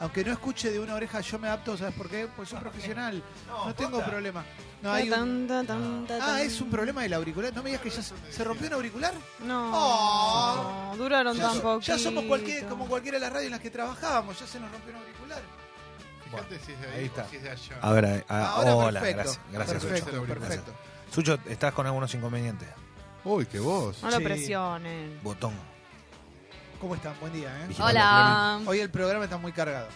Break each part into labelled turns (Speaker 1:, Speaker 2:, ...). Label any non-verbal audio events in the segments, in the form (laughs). Speaker 1: Aunque no escuche de una oreja, yo me adapto, ¿sabes por qué? Pues soy profesional. No, tengo
Speaker 2: posta.
Speaker 1: problema. No, hay un-
Speaker 3: Tan, tan, tan, tan,
Speaker 1: Ah,
Speaker 3: tan.
Speaker 1: es un problema del auricular. No me digas que ya se ¿se rompió un auricular.
Speaker 3: No,
Speaker 1: Oh.
Speaker 3: no, duraron
Speaker 1: Ya,
Speaker 3: tan
Speaker 1: so-
Speaker 3: poquito.
Speaker 1: ya somos cualquier, como cualquiera de las radios en las que trabajábamos. Ya se nos rompió un auricular.
Speaker 4: Fíjate si es de ahí, Ah,
Speaker 2: ahí
Speaker 4: o
Speaker 2: está.
Speaker 4: si es de allá.
Speaker 2: A ver, a- a-
Speaker 1: Ahora
Speaker 2: ah, hola,
Speaker 1: perfecto.
Speaker 2: gracias, gracias
Speaker 1: perfecto,
Speaker 2: Sucho.
Speaker 4: Gracias.
Speaker 1: perfecto.
Speaker 2: Sucho, estás con algunos inconvenientes.
Speaker 4: Uy, qué voz.
Speaker 3: No lo
Speaker 1: Sí.
Speaker 3: presionen.
Speaker 2: Botón.
Speaker 1: ¿Cómo están? Buen día, ¿eh?
Speaker 2: Vigila
Speaker 5: Hola.
Speaker 1: Hoy el programa está muy cargado.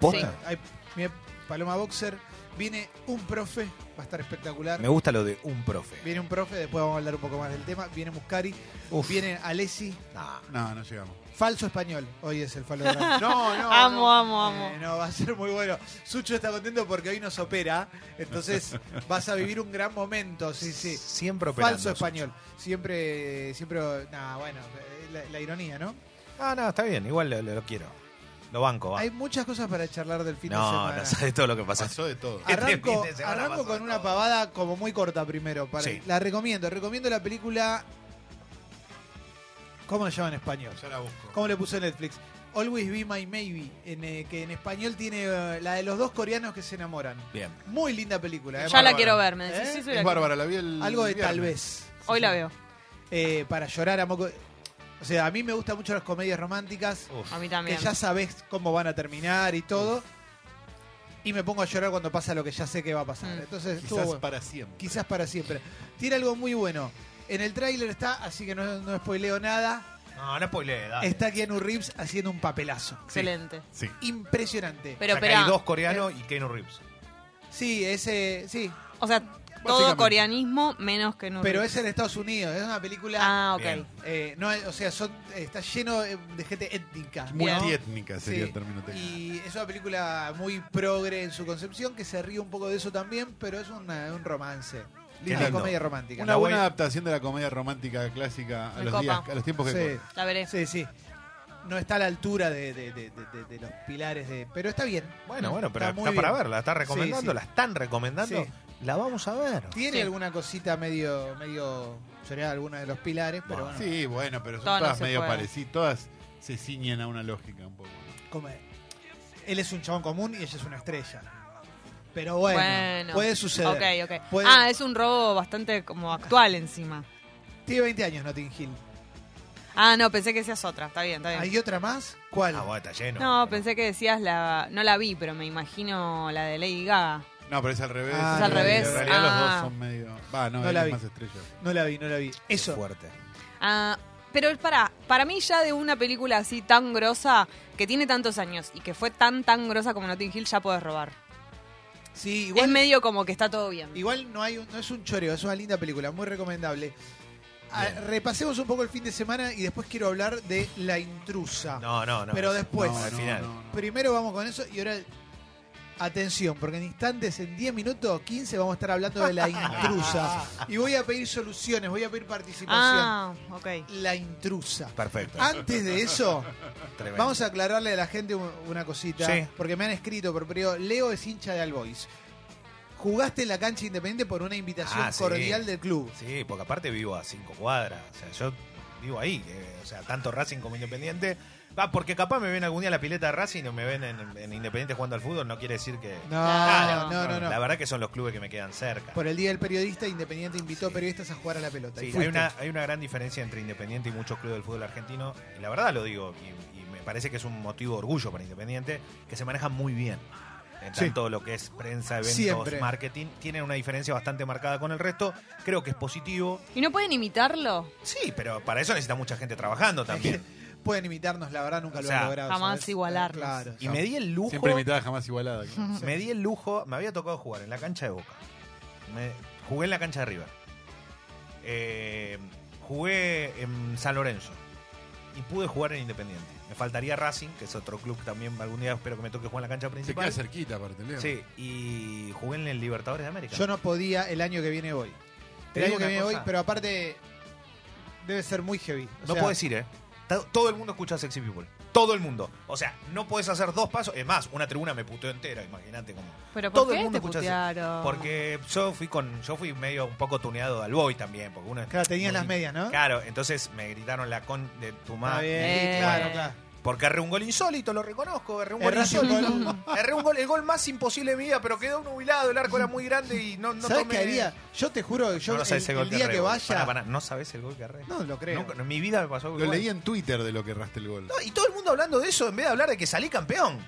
Speaker 2: ¿Posta?
Speaker 1: Hay- mi Paloma Boxer. Viene un profe. Va a estar espectacular.
Speaker 2: Me gusta lo de un profe.
Speaker 1: Viene un profe. Después vamos a hablar un poco más del tema. Viene Muscari.
Speaker 2: Uf.
Speaker 1: Viene Alessi.
Speaker 2: Nah.
Speaker 4: No, no llegamos.
Speaker 1: Falso español. Hoy es el falo (laughs) de Ramos.
Speaker 4: No, no.
Speaker 3: amo,
Speaker 4: no.
Speaker 3: amo, amo,
Speaker 1: Eh, no, va a ser muy bueno. Sucho está contento porque hoy nos opera.
Speaker 2: (laughs)
Speaker 1: Entonces vas a vivir un gran momento. Sí, sí.
Speaker 2: Siempre operando.
Speaker 1: Falso
Speaker 2: Sucho.
Speaker 1: español. Siempre, siempre. Nada, bueno, eh, la, la ironía, ¿no?
Speaker 2: Ah, no, está bien, igual lo, lo- lo quiero. Lo banco, va.
Speaker 1: Hay muchas cosas para charlar del fin de
Speaker 2: No,
Speaker 1: semana.
Speaker 2: no sabes todo lo que pasa.
Speaker 4: Pasó de todo.
Speaker 2: Este
Speaker 1: (laughs) Arranco,
Speaker 2: fin de semana
Speaker 1: arranco
Speaker 2: pasó
Speaker 1: con
Speaker 2: de
Speaker 1: una
Speaker 2: todo.
Speaker 1: pavada como muy corta primero. Para,
Speaker 2: Sí.
Speaker 1: La recomiendo. Recomiendo la película. ¿Cómo se llama en español?
Speaker 4: Este, Ya la busco.
Speaker 1: ¿Cómo le puso Netflix? Always Be My Maybe. En, eh, que en español tiene eh, la de los dos coreanos que se enamoran.
Speaker 2: Bien.
Speaker 1: Muy linda película. ¿eh?
Speaker 3: Ya la
Speaker 4: Bárbara.
Speaker 3: quiero ver, me decís.
Speaker 1: ¿Eh?
Speaker 3: sí, sí, la
Speaker 4: Es
Speaker 3: quiero.
Speaker 4: bárbara, la vi el.
Speaker 1: Algo de tal
Speaker 4: viernes.
Speaker 1: vez.
Speaker 3: Hoy
Speaker 1: Sí,
Speaker 3: la
Speaker 1: sí.
Speaker 3: veo.
Speaker 1: Eh, para llorar a moco. O sea, a mí me gustan mucho las comedias románticas,
Speaker 2: Uf.
Speaker 3: A mí
Speaker 1: que
Speaker 3: también.
Speaker 1: ya sabes cómo van a terminar y todo. Y me pongo a llorar cuando pasa lo que ya sé que va a pasar.
Speaker 3: Mm.
Speaker 1: Entonces, estuvo
Speaker 4: Quizás
Speaker 1: bueno.
Speaker 4: para siempre.
Speaker 1: quizás para siempre. Tiene algo muy bueno. En el tráiler está, así que no, no spoileo nada,
Speaker 2: No, no spoilé, dale.
Speaker 1: está Keanu Reeves haciendo un papelazo.
Speaker 3: Excelente.
Speaker 4: Sí.
Speaker 1: Impresionante.
Speaker 3: Pero
Speaker 2: O sea, que hay
Speaker 3: espera,
Speaker 2: dos coreanos y Keanu Reeves.
Speaker 1: Sí, ese, sí,
Speaker 3: o sea, todo
Speaker 4: Básicamente.
Speaker 3: coreanismo menos que no.
Speaker 1: pero es en Estados Unidos, es una película...
Speaker 3: Ah, ok.
Speaker 2: Bien.
Speaker 1: eh, no, hay- o sea, son, está lleno eh, de gente étnica. ¿no?
Speaker 4: Multiétnica sería
Speaker 1: Sí.
Speaker 4: el término técnico.
Speaker 1: Y es una película muy progre en su concepción, que se ríe un poco de eso también, pero es una- un romance.
Speaker 2: Qué
Speaker 1: Linda
Speaker 2: lindo.
Speaker 1: comedia romántica.
Speaker 4: Una
Speaker 2: La
Speaker 4: buena
Speaker 2: voy-
Speaker 4: adaptación de la comedia romántica clásica a
Speaker 3: Me
Speaker 4: los,
Speaker 3: copa.
Speaker 4: días, a los tiempos que
Speaker 1: Sí,
Speaker 4: corren.
Speaker 3: La veré.
Speaker 1: sí, sí. No está a la altura de, de- de- de- de- de los pilares de. Pero está bien.
Speaker 2: Bueno, bueno, pero
Speaker 1: Está
Speaker 2: está,
Speaker 1: muy
Speaker 2: para
Speaker 1: bien.
Speaker 2: verla, está recomendando,
Speaker 1: Sí,
Speaker 2: la están recomendando.
Speaker 1: Sí.
Speaker 2: La vamos a ver.
Speaker 1: Tiene
Speaker 3: Sí.
Speaker 1: alguna cosita medio. medio sería alguna de los pilares, pero
Speaker 2: Bueno.
Speaker 1: bueno.
Speaker 4: Sí, bueno, pero son
Speaker 3: Todo no
Speaker 4: todas
Speaker 3: se
Speaker 4: medio
Speaker 3: puede.
Speaker 4: parecidas. Todas se ciñen a una lógica un poco.
Speaker 1: como- él es un chabón común y ella es una estrella. Pero bueno,
Speaker 3: Bueno.
Speaker 1: puede suceder.
Speaker 3: Ok, ok.
Speaker 1: Puede-
Speaker 3: Ah, es un robo bastante como actual encima.
Speaker 1: Tiene 20 años Notting Hill.
Speaker 3: Ah, no, pensé que decías otra. Está bien, está bien.
Speaker 1: ¿Hay otra más? ¿Cuál?
Speaker 2: Ah, bueno, está lleno.
Speaker 3: No, pensé que decías la. No la vi, pero me imagino la de Lady Gaga.
Speaker 4: No, pero es al revés.
Speaker 1: Ah,
Speaker 3: Es al revés,
Speaker 4: En realidad los
Speaker 3: ah.
Speaker 4: dos son medio. Va, no,
Speaker 1: No
Speaker 4: él
Speaker 1: la
Speaker 4: es
Speaker 1: vi.
Speaker 4: más estrella.
Speaker 1: No la vi, no la vi.
Speaker 2: Qué
Speaker 1: Eso.
Speaker 2: Fuerte.
Speaker 3: Ah, pero es para, para mí ya de una película así tan grosa, que tiene tantos años y que fue tan tan grosa como Notting Hill, ya puedes robar.
Speaker 1: Sí,
Speaker 3: es
Speaker 1: igual,
Speaker 3: medio como que está todo bien.
Speaker 1: igual no, hay, un- no es un choreo, es una linda película, muy recomendable. Ah,
Speaker 2: Bien.
Speaker 1: repasemos un poco el fin de semana y después quiero hablar de La Intrusa.
Speaker 2: No, no, no.
Speaker 1: Ah. Pero
Speaker 4: Pues,
Speaker 1: después,
Speaker 2: al final.
Speaker 1: primero vamos con eso y ahora atención, porque en instantes, en 10 minutos 15 vamos a estar hablando
Speaker 2: (laughs)
Speaker 1: de La Intrusa. y voy a pedir soluciones, voy a pedir participación.
Speaker 3: Ah, ok.
Speaker 1: La Intrusa.
Speaker 2: Perfecto.
Speaker 1: Antes de eso,
Speaker 2: Tremendo.
Speaker 1: Ah, Vamos a aclararle a la gente un- una cosita,
Speaker 2: Sí.
Speaker 1: porque me han escrito por periodo, Leo es hincha de Albois. Jugaste en la cancha independiente por una invitación
Speaker 2: Ah, sí.
Speaker 1: cordial del club.
Speaker 2: Sí, porque aparte vivo a cinco cuadras. O sea, yo vivo ahí. eh, o sea, tanto Racing como Independiente. Va, porque capaz me ven algún día en la pileta de Racing y no me ven en, en Independiente jugando al fútbol. No quiere decir que.
Speaker 1: No,
Speaker 3: Claro.
Speaker 1: no, no, no.
Speaker 2: La verdad que son los clubes que me quedan cerca.
Speaker 1: Por el día del periodista, Independiente invitó
Speaker 2: Sí.
Speaker 1: periodistas a jugar a la pelota.
Speaker 2: Sí,
Speaker 1: Y
Speaker 2: hay
Speaker 1: fuiste.
Speaker 2: una, hay una gran diferencia entre Independiente y muchos clubes del fútbol argentino. Y la verdad lo digo, y, y me parece que es un motivo de orgullo para Independiente, que se manejan muy bien. En
Speaker 1: Sí.
Speaker 2: tanto lo que es prensa, eventos,
Speaker 1: Siempre.
Speaker 2: marketing, tienen una diferencia bastante marcada con el resto. Creo que es positivo.
Speaker 3: ¿Y no pueden imitarlo?
Speaker 2: Sí, pero para eso necesita mucha gente
Speaker 1: (laughs)
Speaker 2: trabajando también.
Speaker 1: Pueden imitarnos, la verdad nunca
Speaker 2: O
Speaker 1: lo
Speaker 2: sea,
Speaker 1: han logrado.
Speaker 3: jamás
Speaker 1: ¿sabes?
Speaker 3: igualarnos.
Speaker 1: Claro.
Speaker 2: Y me di el lujo.
Speaker 4: Siempre imitada, jamás igualada.
Speaker 3: (laughs)
Speaker 2: Me di el lujo, me había tocado jugar en la cancha de Boca. Me- jugué en la cancha de River. Eh, jugué en San Lorenzo. Y pude jugar en Independiente. Me faltaría Racing, que es otro club que también algún día espero que me toque jugar en la cancha
Speaker 4: Se queda
Speaker 2: principal.
Speaker 4: cerquita, aparte, Leo.
Speaker 2: Sí, y jugué en el Libertadores de América.
Speaker 1: Yo no podía el año que viene hoy.
Speaker 2: Te
Speaker 1: El año
Speaker 2: digo
Speaker 1: que
Speaker 2: una
Speaker 1: viene hoy,
Speaker 2: cosa.
Speaker 1: pero aparte debe ser muy heavy. O
Speaker 2: No
Speaker 1: sea,
Speaker 2: puedo decir, ¿eh? Ta- Todo el mundo escucha Sexy People. Todo el mundo. O sea, no puedes hacer dos pasos. Es más, una tribuna me puteó entera, imagínate cómo.
Speaker 3: ¿Pero por
Speaker 2: Todo el
Speaker 3: qué
Speaker 2: mundo
Speaker 3: te
Speaker 2: escucha así.
Speaker 3: putearon?
Speaker 2: Porque yo fui con yo fui medio un poco tuneado al boy también, porque uno es
Speaker 1: Claro, tenías
Speaker 2: muy-
Speaker 1: las medias, ¿no?
Speaker 2: Claro, entonces me gritaron la con de
Speaker 1: Está
Speaker 2: tu madre.
Speaker 1: bien,
Speaker 3: Eh.
Speaker 1: claro, claro.
Speaker 2: Porque erré un gol insólito, lo reconozco, erré un gol
Speaker 1: Erraste un
Speaker 2: insólito.
Speaker 1: gol.
Speaker 2: Erré un gol, el gol más imposible de mi vida, pero quedó nubilado, el arco era muy grande y no, no
Speaker 1: ¿Sabes
Speaker 2: tomé-
Speaker 1: qué haría? Yo te juro que yo
Speaker 2: no, no
Speaker 1: el,
Speaker 2: sabes el
Speaker 1: el
Speaker 2: gol
Speaker 1: día
Speaker 2: erré,
Speaker 1: que
Speaker 2: boludo.
Speaker 1: vaya.
Speaker 2: Pará, pará, no sabes el gol que erré.
Speaker 1: No, lo creo.
Speaker 2: Nunca- en mi vida me pasó algo
Speaker 4: Lo
Speaker 2: igual.
Speaker 4: leí en Twitter de lo que erraste el
Speaker 3: (laughs)
Speaker 4: gol.
Speaker 2: No, y todo el mundo hablando de eso en vez de hablar de que salí campeón.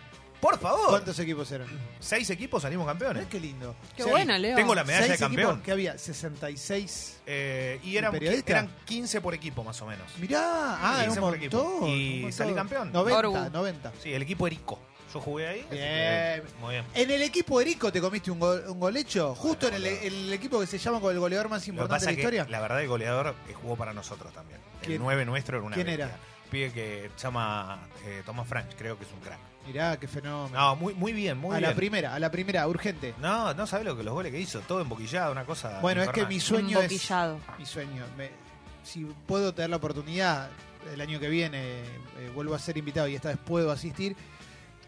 Speaker 2: Por favor.
Speaker 1: ¿Cuántos equipos eran?
Speaker 2: Seis equipos salimos campeones.
Speaker 1: Mirá qué lindo.
Speaker 3: Qué
Speaker 1: O sea,
Speaker 3: bueno, Leo.
Speaker 2: Tengo la medalla de
Speaker 1: seis equipos,
Speaker 2: campeón.
Speaker 1: ¿Qué había? 66.
Speaker 2: Eh, y eran,
Speaker 1: ¿Y periodista?
Speaker 2: eran 15 por equipo más o menos.
Speaker 1: Mirá, ah, era un
Speaker 2: 15 por equipo.
Speaker 1: montón.
Speaker 2: Y
Speaker 1: un montón.
Speaker 2: salí campeón.
Speaker 1: 90,
Speaker 3: Orgu.
Speaker 1: 90.
Speaker 2: Sí, el equipo Erico. Yo jugué ahí. así que,
Speaker 1: Bien.
Speaker 2: Muy bien.
Speaker 1: En el equipo Erico te comiste un gol, un gol hecho, justo en el, el equipo que se llama con el goleador más
Speaker 2: Lo que
Speaker 1: importante
Speaker 2: pasa
Speaker 1: de
Speaker 2: es
Speaker 1: la
Speaker 2: que
Speaker 1: historia.
Speaker 2: la verdad el goleador que jugó para nosotros también. El
Speaker 1: ¿Quién?
Speaker 2: 9 nuestro era una
Speaker 1: ¿Quién
Speaker 2: bestia.
Speaker 1: era?
Speaker 2: Pibe que se llama eh, Tomás Franch, creo que es un crack.
Speaker 1: Mirá, qué fenómeno.
Speaker 2: No, muy, muy bien, muy
Speaker 1: a
Speaker 2: bien.
Speaker 1: la primera, a la primera, urgente.
Speaker 2: no, no sabés lo que los goles que hizo, todo emboquillado, una cosa.
Speaker 1: bueno, es que
Speaker 2: infernal.
Speaker 1: mi sueño es.
Speaker 3: Emboquillado.
Speaker 1: Mi sueño. me- si puedo tener la oportunidad, el año que viene eh, vuelvo a ser invitado y esta vez puedo asistir.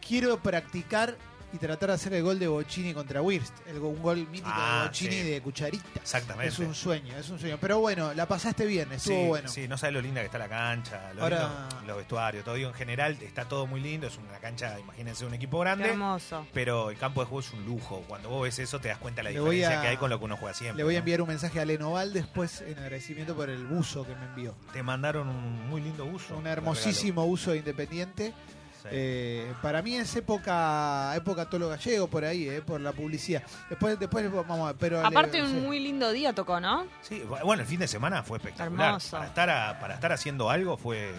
Speaker 1: Quiero practicar y tratar de hacer el gol de Bocini contra Wirst. El, go- un gol mítico
Speaker 2: Ah,
Speaker 1: de Bocini
Speaker 2: sí.
Speaker 1: de Cucharita.
Speaker 2: Exactamente.
Speaker 1: Es un sueño, es un sueño. Pero bueno, la pasaste bien, estuvo
Speaker 2: sí,
Speaker 1: bueno.
Speaker 2: sí, no sabes lo linda que está la cancha, lo
Speaker 1: Ahora-
Speaker 2: lindo, los vestuarios, todo digo, en general está todo muy lindo, es una cancha, imagínense un equipo
Speaker 3: Qué
Speaker 2: grande,
Speaker 3: hermoso.
Speaker 2: pero el campo de juego es un lujo, cuando vos ves eso te das cuenta la
Speaker 1: Le voy
Speaker 2: diferencia
Speaker 1: a-
Speaker 2: que hay con lo que uno juega siempre.
Speaker 1: Le voy a
Speaker 2: ¿no?
Speaker 1: enviar un mensaje a Lenoval después en agradecimiento por el buzo que me envió.
Speaker 2: Te mandaron un muy lindo uso.
Speaker 1: Un
Speaker 2: de
Speaker 1: hermosísimo uso de Independiente.
Speaker 2: regalo. Sí.
Speaker 1: Eh, para mí es época época Tolo Gallego por ahí, eh, por la publicidad. Después después vamos a pero le-
Speaker 3: Aparte,
Speaker 1: sí.
Speaker 3: un muy lindo día tocó, ¿no?
Speaker 2: Sí, bueno, el fin de semana fue espectacular.
Speaker 3: Hermoso.
Speaker 2: Para estar a- para estar haciendo algo fue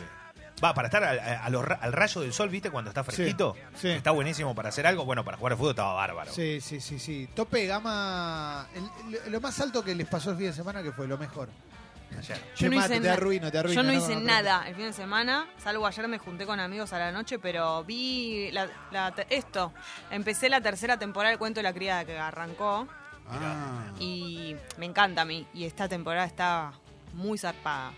Speaker 2: va para estar al, a- a los ra- al rayo del sol, ¿viste? Cuando está fresquito.
Speaker 1: sí.
Speaker 2: Está buenísimo para hacer algo, bueno, para jugar al fútbol estaba bárbaro.
Speaker 1: Sí, sí, sí, sí. Tope de gama el- lo- lo más alto que les pasó el fin de semana que fue lo mejor.
Speaker 2: Ayer.
Speaker 1: Che, Mate, te
Speaker 3: na-
Speaker 1: arruino, te arruino,
Speaker 3: Yo no,
Speaker 1: no,
Speaker 3: hice
Speaker 1: no, no.
Speaker 3: nada el fin de semana, salvo ayer me junté con amigos a la noche, pero vi la- la te- esto. Empecé la tercera temporada del cuento de la criada que arrancó
Speaker 4: Ah.
Speaker 3: y me encanta a mí. Y esta temporada está muy zarpada.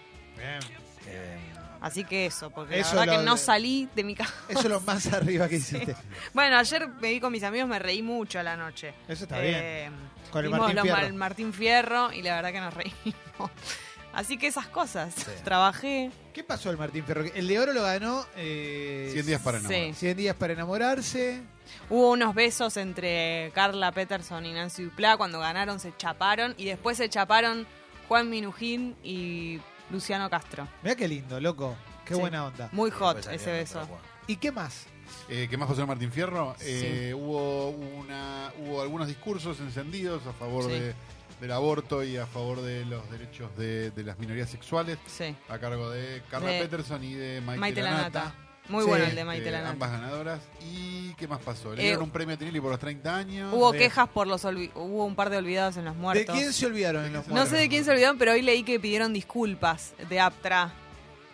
Speaker 2: Eh,
Speaker 3: Así que eso, porque
Speaker 1: Eso
Speaker 3: la verdad
Speaker 1: lo-
Speaker 3: que no salí de mi casa.
Speaker 1: Eso es lo más arriba que hiciste.
Speaker 3: (laughs) Bueno, ayer me vi con mis amigos, me reí mucho a la noche.
Speaker 1: Eso está
Speaker 3: bien.
Speaker 1: Con el
Speaker 3: vimos
Speaker 1: Martín
Speaker 3: los
Speaker 1: Fierro.
Speaker 3: Mar- Martín Fierro y la verdad que nos reímos. (laughs) Así que esas cosas. Trabajé.
Speaker 1: ¿Qué pasó el Martín Ferro? El de oro lo ganó eh,
Speaker 4: 100 días para
Speaker 3: sí.
Speaker 4: enamorar.
Speaker 1: 100 días para enamorarse.
Speaker 3: Hubo unos besos entre Carla Peterson y Nancy Duplá. Cuando ganaron se chaparon. Y después se chaparon Juan Minujín y Luciano Castro.
Speaker 1: Mirá qué lindo, loco. Qué
Speaker 3: Sí.
Speaker 1: buena onda.
Speaker 3: Muy hot
Speaker 2: después
Speaker 3: ese
Speaker 2: salieron
Speaker 3: beso.
Speaker 2: para jugar.
Speaker 1: ¿Y qué más?
Speaker 4: Eh, ¿Qué más José Martín Fierro? Eh, hubo, una, hubo algunos discursos encendidos a favor
Speaker 3: Sí.
Speaker 4: de- del aborto y a favor de los derechos de, de las minorías sexuales
Speaker 3: Sí.
Speaker 4: a cargo de Carla
Speaker 3: De
Speaker 4: Peterson y de Maite,
Speaker 3: Maite
Speaker 4: Lanata.
Speaker 3: Lanata. Muy
Speaker 1: Sí,
Speaker 3: bueno el de
Speaker 4: eh,
Speaker 3: Maite
Speaker 4: Ambas
Speaker 3: Lanata.
Speaker 4: ganadoras. ¿Y qué más pasó? Le
Speaker 3: Eh,
Speaker 4: dieron un premio a Tinelli por los 30 años.
Speaker 3: Hubo
Speaker 4: Eh,
Speaker 3: quejas por los olvi- Hubo un par de olvidados en los muertos.
Speaker 1: ¿De quién se olvidaron en los
Speaker 3: No sé
Speaker 1: muertos?
Speaker 3: de quién se olvidaron, pero hoy leí que pidieron disculpas de Aptra.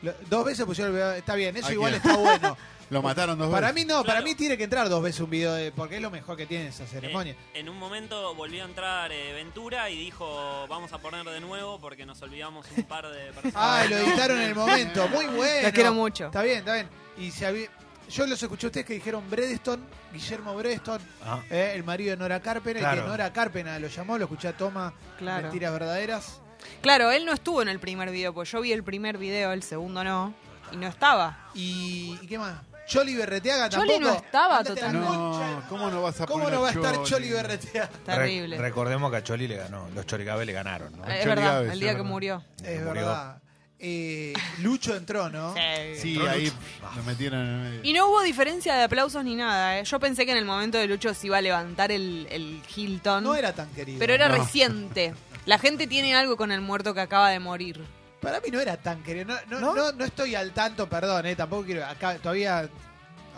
Speaker 1: Lo- Dos veces pusieron el video. Está bien, eso
Speaker 4: ¿A
Speaker 1: igual
Speaker 4: quién?
Speaker 1: está bueno.
Speaker 4: Lo mataron dos
Speaker 1: Para
Speaker 4: veces.
Speaker 1: mí no, para mí tiene que entrar dos veces un video de, porque es lo mejor que tiene esa ceremonia.
Speaker 5: Eh, en un momento volvió a entrar eh, Ventura y dijo, vamos a poner de nuevo porque nos olvidamos un
Speaker 1: (laughs)
Speaker 5: par de personas.
Speaker 1: Ay, Ah, lo editaron en el momento,
Speaker 3: (laughs)
Speaker 1: muy bueno.
Speaker 3: Las Ah, quiero mucho.
Speaker 1: Está bien, está bien. Y se había- yo los escuché a ustedes que dijeron Bredeston, Guillermo Bredeston,
Speaker 2: Ah,
Speaker 1: eh, el marido de Nora Carpena, y
Speaker 2: Claro.
Speaker 1: que Nora Carpena lo llamó, lo escuché a Toma,
Speaker 3: Claro.
Speaker 1: mentiras verdaderas.
Speaker 3: Claro, él no estuvo en el primer video, pues yo vi el primer video, el segundo no, y no estaba.
Speaker 1: ¿Y, ¿y qué más? Choli Berreteaga
Speaker 3: Choli
Speaker 1: tampoco.
Speaker 3: no estaba
Speaker 1: Ándate a la
Speaker 3: totalmente.
Speaker 1: concha de
Speaker 4: No,
Speaker 1: tu
Speaker 4: ¿cómo
Speaker 1: madre.
Speaker 4: no vas a
Speaker 1: ¿Cómo
Speaker 4: poner
Speaker 1: no va a estar Choli
Speaker 4: Berreteaga?
Speaker 1: Berreteaga?
Speaker 3: Terrible.
Speaker 2: re- recordemos que a Choli le ganó, los Chorigabé le ganaron, ¿no?
Speaker 3: Eh, es
Speaker 4: Chori
Speaker 3: verdad,
Speaker 4: Gávez,
Speaker 3: el
Speaker 4: es
Speaker 3: día que
Speaker 4: verdad.
Speaker 3: murió.
Speaker 1: Es
Speaker 2: Murió.
Speaker 1: verdad. Eh, Lucho entró, ¿no?
Speaker 3: Sí.
Speaker 4: Sí,
Speaker 2: Entró
Speaker 4: ahí
Speaker 2: Lucho.
Speaker 4: pff, lo metieron en el medio.
Speaker 3: Y no hubo diferencia de aplausos ni nada, ¿eh? Yo pensé que en el momento de Lucho se iba a levantar el, el Hilton,
Speaker 1: No era tan querido.
Speaker 3: pero era
Speaker 4: No.
Speaker 3: reciente. La gente tiene algo con el muerto que acaba de morir.
Speaker 1: Para mí no era tan querido. No, no,
Speaker 2: ¿No?
Speaker 1: no- no estoy al tanto, perdón, eh, tampoco quiero. Acá todavía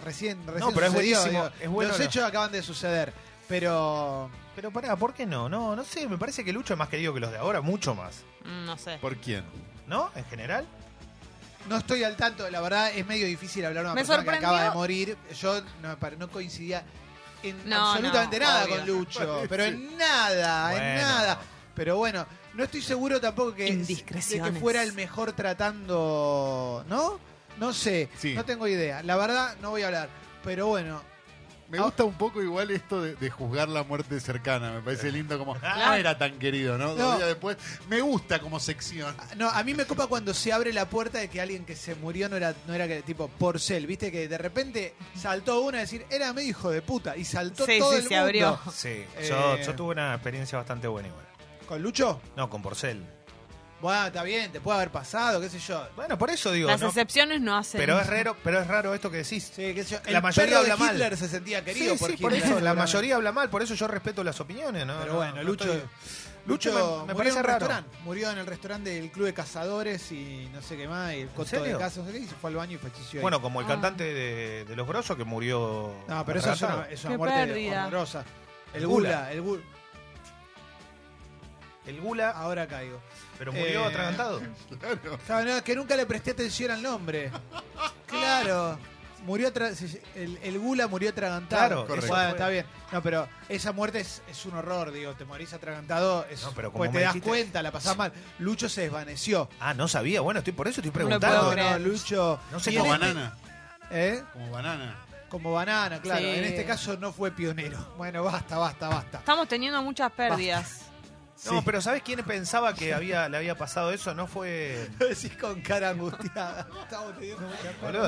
Speaker 1: recién, recién
Speaker 2: pero es
Speaker 1: sucedió,
Speaker 2: buenísimo,
Speaker 1: digo,
Speaker 2: es bueno,
Speaker 1: los
Speaker 2: ¿no?
Speaker 1: hechos acaban de suceder. Pero
Speaker 2: Pero pará, ¿por qué no? No, no sé, me parece que Lucho es más querido que los de ahora, mucho más.
Speaker 3: Mm, No sé.
Speaker 4: ¿Por quién?
Speaker 2: ¿No? En general.
Speaker 1: no estoy al tanto. La verdad es medio difícil hablar de una
Speaker 3: Me
Speaker 1: persona
Speaker 3: sorprendió-
Speaker 1: que acaba de morir. Yo no, me pare- no coincidía en
Speaker 3: No,
Speaker 1: absolutamente
Speaker 3: no,
Speaker 1: nada
Speaker 3: obvio.
Speaker 1: con
Speaker 2: (laughs)
Speaker 1: Lucho. Pero en nada, en
Speaker 2: Bueno.
Speaker 1: nada. Pero bueno, no estoy seguro tampoco que, de que
Speaker 3: Indiscreciones.
Speaker 1: fuera el mejor tratando, ¿no? No sé,
Speaker 4: Sí.
Speaker 1: no tengo idea. La verdad, no voy a hablar. Pero bueno,
Speaker 4: Me gusta un poco igual esto de, de juzgar la muerte cercana. Me parece lindo como. No era tan querido, ¿no? Dos
Speaker 1: No.
Speaker 4: días después. Me gusta como sección.
Speaker 1: No, a mí me copa cuando se abre la puerta de que alguien que se murió no era, no era que, tipo porcel, viste que de repente saltó uno a decir, era medio hijo de puta, y saltó
Speaker 3: Sí,
Speaker 1: todo
Speaker 3: sí,
Speaker 1: el
Speaker 3: se
Speaker 1: mundo.
Speaker 3: abrió.
Speaker 2: Sí, yo,
Speaker 1: Eh.
Speaker 2: yo tuve una experiencia bastante buena igual.
Speaker 1: ¿Con Lucho?
Speaker 2: No, con Porcel.
Speaker 1: Bueno, está bien, te puede haber pasado, qué sé yo.
Speaker 2: Bueno, por eso digo,
Speaker 3: Las
Speaker 2: ¿no?
Speaker 3: excepciones no hacen.
Speaker 2: pero es raro, pero es raro esto que decís.
Speaker 1: Sí, qué sé yo. El
Speaker 2: La mayoría
Speaker 1: perro de
Speaker 2: habla mal.
Speaker 1: Hitler se sentía querido
Speaker 2: Sí,
Speaker 1: por
Speaker 2: sí, por
Speaker 1: Hitler,
Speaker 2: eso la
Speaker 1: seguramente.
Speaker 2: mayoría habla mal, por eso yo respeto las opiniones, ¿no?
Speaker 1: Pero
Speaker 2: No,
Speaker 1: bueno,
Speaker 2: no
Speaker 1: Lucho,
Speaker 2: estoy-
Speaker 1: Lucho,
Speaker 2: Lucho me- me
Speaker 1: murió
Speaker 2: parece
Speaker 1: en un
Speaker 2: raro.
Speaker 1: restaurante. Murió en el restaurante del Club de Cazadores y no sé qué más, y el coto de
Speaker 2: serio?
Speaker 1: casos, no sé qué, y se fue al baño y falleció. ahí.
Speaker 2: Bueno, como el
Speaker 3: Ah.
Speaker 2: cantante de, de Los Grosos que murió.
Speaker 1: no, pero eso es
Speaker 2: atragantado.
Speaker 1: una, es una
Speaker 3: Qué
Speaker 1: muerte
Speaker 3: pérdida.
Speaker 1: horrorosa. El
Speaker 2: El
Speaker 1: gula,
Speaker 2: Gula.
Speaker 1: el gula.
Speaker 2: El Gula,
Speaker 1: Ahora caigo.
Speaker 2: pero murió
Speaker 1: Ah, eh,
Speaker 2: atragantado.
Speaker 4: Claro.
Speaker 1: Claro, no, que nunca le presté atención al nombre. Claro. Murió atra- se- el, el gula murió atragantado.
Speaker 2: Claro, correcto.
Speaker 1: Bueno, está bien. No, pero esa muerte es, es un horror, digo, te morís atragantado, es,
Speaker 2: No, pero como
Speaker 1: pues te
Speaker 2: me
Speaker 1: das
Speaker 2: dijiste-
Speaker 1: cuenta, la pasás mal. Lucho se desvaneció.
Speaker 2: Ah, no sabía. Bueno, estoy por eso estoy
Speaker 3: lo puedo
Speaker 2: preguntando.
Speaker 1: No,
Speaker 3: creer.
Speaker 1: no, Lucho.
Speaker 2: No sé
Speaker 1: y en
Speaker 4: Como
Speaker 2: cómo
Speaker 1: este-
Speaker 4: banana.
Speaker 1: ¿Eh?
Speaker 4: Como banana.
Speaker 1: Como banana, claro.
Speaker 3: Sí.
Speaker 1: En este caso no fue pionero. Bueno, basta, basta, basta.
Speaker 3: Estamos teniendo muchas
Speaker 2: (laughs)
Speaker 3: pérdidas.
Speaker 2: No,
Speaker 1: Sí.
Speaker 2: pero ¿sabes quién pensaba que había, le había pasado eso? No fue.
Speaker 1: Lo decís con cara angustiada. (laughs) Estamos teniendo mucha pena.
Speaker 2: Boludo, estás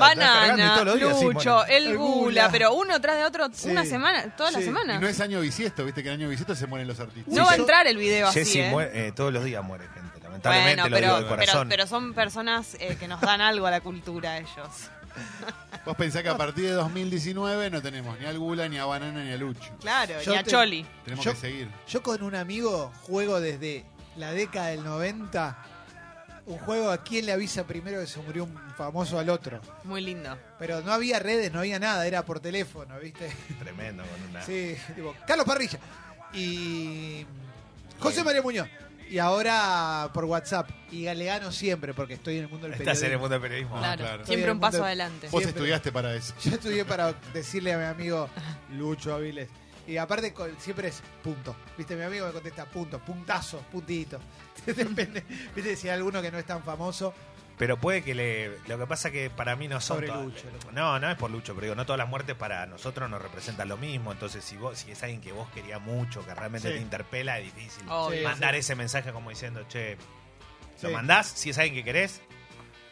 Speaker 2: cargando y
Speaker 3: Banana,
Speaker 2: todos los días, sí,
Speaker 3: Lucho,
Speaker 2: bueno.
Speaker 1: El
Speaker 3: el
Speaker 1: Gula.
Speaker 3: gula, pero uno tras de otro,
Speaker 1: Sí.
Speaker 3: una semana, todas las
Speaker 1: Sí,
Speaker 4: Y
Speaker 3: semanas.
Speaker 4: no es año bisiesto, viste que en año bisiesto se mueren los artistas.
Speaker 3: No va a
Speaker 1: yo-
Speaker 3: entrar el video así.
Speaker 2: Jessy
Speaker 3: ¿eh?
Speaker 2: muere- eh, todos los días muere gente, lamentablemente
Speaker 3: Bueno,
Speaker 2: lo digo
Speaker 3: pero,
Speaker 2: de
Speaker 3: pero,
Speaker 2: corazón.
Speaker 3: pero son personas eh, que nos dan algo a la cultura ellos.
Speaker 4: Vos pensás que a partir de 2019 no tenemos ni al Gula, ni a Banana, ni a Lucho.
Speaker 3: Claro,
Speaker 1: Yo
Speaker 3: y a
Speaker 1: te-
Speaker 3: Choli.
Speaker 4: Tenemos
Speaker 1: Yo-
Speaker 4: que seguir.
Speaker 1: Yo con un amigo juego desde la década del 90. Un juego a quién le avisa primero que se murió un famoso al otro.
Speaker 3: Muy lindo.
Speaker 2: Ah,
Speaker 1: Pero no había redes, no había nada, era por teléfono, ¿viste?
Speaker 2: Tremendo con una.
Speaker 1: Sí, tipo, Carlos Parrilla. Y. José María Muñoz. Y ahora por WhatsApp. Y le gano siempre porque estoy en el mundo del
Speaker 2: Estás
Speaker 1: periodismo.
Speaker 2: en el mundo del periodismo.
Speaker 3: claro.
Speaker 4: claro.
Speaker 3: Siempre un
Speaker 1: Todo el mundo-
Speaker 3: paso adelante.
Speaker 4: Vos
Speaker 1: Siempre.
Speaker 4: estudiaste para eso.
Speaker 1: Yo estudié para decirle a mi amigo Lucho Aviles. Y aparte co- siempre es punto. Viste, mi amigo me contesta punto, puntazo, puntito. (laughs) Depende. Viste, si hay alguno que no es tan famoso.
Speaker 2: Pero puede que le. Lo que pasa que para mí no son.
Speaker 1: Sobre
Speaker 2: todas-
Speaker 1: Lucho, loco.
Speaker 2: No, no es por Lucho, pero digo, no todas las muertes para nosotros nos representan lo mismo. Entonces, si vos, si es alguien que vos querías mucho, que realmente
Speaker 1: Sí.
Speaker 2: te interpela, es difícil
Speaker 1: Sí,
Speaker 3: Obvio.
Speaker 2: mandar ese mensaje como diciendo, che,
Speaker 1: Sí.
Speaker 2: lo mandás, si es alguien que querés.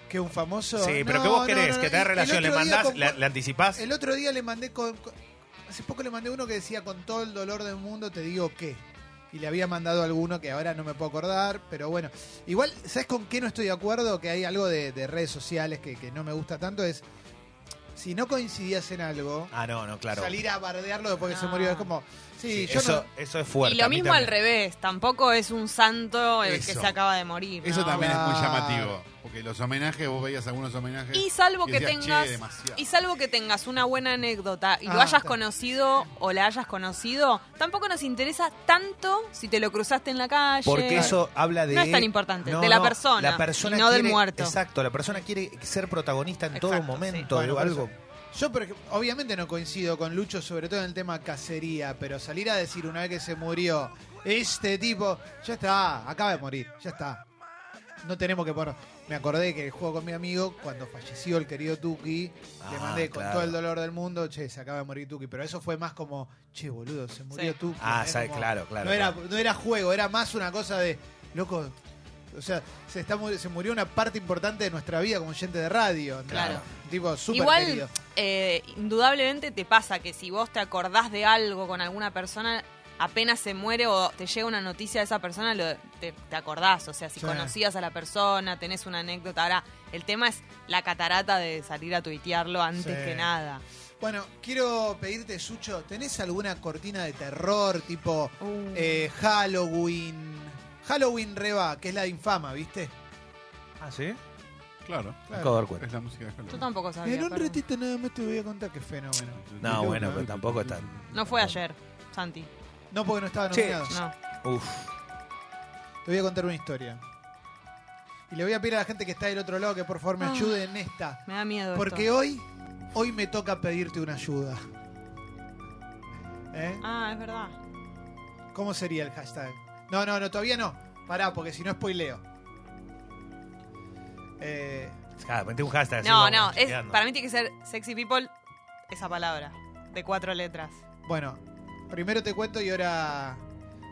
Speaker 1: Que un famoso.
Speaker 2: sí, pero
Speaker 1: No,
Speaker 2: que vos
Speaker 1: no,
Speaker 2: querés,
Speaker 1: no,
Speaker 2: que
Speaker 1: no.
Speaker 2: te da
Speaker 1: El
Speaker 2: relación, le
Speaker 1: otro día
Speaker 2: mandás,
Speaker 1: con-
Speaker 2: le, le anticipás.
Speaker 1: El otro día le mandé con, con- Hace poco le mandé uno que decía con todo el dolor del mundo te digo qué. Y le había mandado alguno que ahora no me puedo acordar, pero bueno. Igual, ¿sabes con qué no estoy de acuerdo? Que hay algo de, de redes sociales que, que no me gusta tanto. Es si no coincidías en algo,
Speaker 2: Ah, no, no, claro.
Speaker 1: salir a bardearlo después que se
Speaker 3: Ah.
Speaker 1: murió. Es como, sí,
Speaker 2: Sí,
Speaker 1: yo
Speaker 2: eso,
Speaker 1: no.
Speaker 2: eso es fuerte.
Speaker 3: y
Speaker 2: a
Speaker 3: lo
Speaker 2: mí
Speaker 3: mismo al
Speaker 2: también.
Speaker 3: revés, tampoco es un santo el que
Speaker 4: Eso.
Speaker 3: se acaba de morir.
Speaker 4: Eso
Speaker 3: ¿no?
Speaker 4: también es muy
Speaker 1: claro.
Speaker 4: llamativo. Porque los homenajes, vos veías algunos homenajes.
Speaker 3: Y salvo
Speaker 4: y
Speaker 3: que
Speaker 4: decías,
Speaker 3: tengas
Speaker 4: "Che, demasiado".
Speaker 3: y salvo que tengas una buena anécdota y lo
Speaker 1: Ah,
Speaker 3: hayas
Speaker 1: está.
Speaker 3: conocido o la hayas conocido, tampoco nos interesa tanto si te lo cruzaste en la calle.
Speaker 2: Porque eso habla de.
Speaker 3: No es tan importante, de la persona,
Speaker 2: La persona
Speaker 3: y no del
Speaker 2: quiere-
Speaker 3: muerto.
Speaker 2: Exacto, la persona quiere ser protagonista en todo
Speaker 3: Exacto,
Speaker 2: momento.
Speaker 1: sí.
Speaker 2: digo,
Speaker 1: Bueno, por
Speaker 2: algo.
Speaker 1: Yo, por ejemplo, obviamente no coincido con Lucho, sobre todo en el tema cacería, pero salir a decir una vez que se murió, este tipo, ya está, acaba de morir, ya está. No tenemos que poner. Me acordé que el juego con mi amigo, cuando falleció el querido Tuki, le
Speaker 2: Ah,
Speaker 1: mandé con
Speaker 2: claro.
Speaker 1: todo el dolor del mundo, che, se acaba de morir Tuki, pero eso fue más como, che, boludo, se murió
Speaker 3: Sí.
Speaker 1: Tuki.
Speaker 2: Ah,
Speaker 1: ¿eh?
Speaker 2: sabe,
Speaker 1: Como-
Speaker 2: claro, claro.
Speaker 1: no, era,
Speaker 2: claro.
Speaker 1: no era juego, era más una cosa de, loco, o sea, se, está, mu- se murió una parte importante de nuestra vida como gente de radio. ¿entendés?
Speaker 3: Claro.
Speaker 1: Tipo, súper querido.
Speaker 3: Igual, eh, indudablemente te pasa que si vos te acordás de algo con alguna persona, apenas se muere o te llega una noticia de esa persona, lo- te, te acordás. O sea, si
Speaker 1: Sí.
Speaker 3: conocías a la persona, tenés una anécdota. Ahora, el tema es la catarata de salir a tuitearlo antes
Speaker 1: Sí.
Speaker 3: que nada.
Speaker 1: Bueno, quiero pedirte, Sucho, ¿tenés alguna cortina de terror tipo
Speaker 3: Uh.
Speaker 1: eh, Halloween? Halloween Reba, que es la de infama, ¿viste?
Speaker 2: Ah, sí.
Speaker 4: Claro.
Speaker 2: Me acabo de dar cuenta.
Speaker 4: Es la música de Halloween.
Speaker 3: Yo tampoco sabía.
Speaker 1: en un
Speaker 3: perdón.
Speaker 1: ratito nada más te voy a contar qué fenómeno.
Speaker 2: No, bueno, pero tampoco está.
Speaker 3: No fue ayer, Santi.
Speaker 1: No porque no estaba
Speaker 2: Che,
Speaker 1: nominado.
Speaker 3: No.
Speaker 2: Uf.
Speaker 1: Te voy a contar una historia. Y le voy a pedir a la gente que está del otro lado que por favor me
Speaker 3: Ah.
Speaker 1: ayude en esta.
Speaker 3: Me da miedo.
Speaker 1: Porque
Speaker 3: esto.
Speaker 1: hoy, hoy me toca pedirte una ayuda. ¿Eh?
Speaker 3: Ah, es verdad.
Speaker 1: ¿Cómo sería el hashtag? No, no, no, todavía no. Pará, porque si no spoileo. Eh,
Speaker 2: Ah, metí un hashtag. así
Speaker 3: no,
Speaker 2: vamos
Speaker 3: no. es-
Speaker 2: chequeando.
Speaker 3: para mí tiene que ser sexy people esa palabra. de cuatro letras.
Speaker 1: Bueno, primero te cuento y ahora.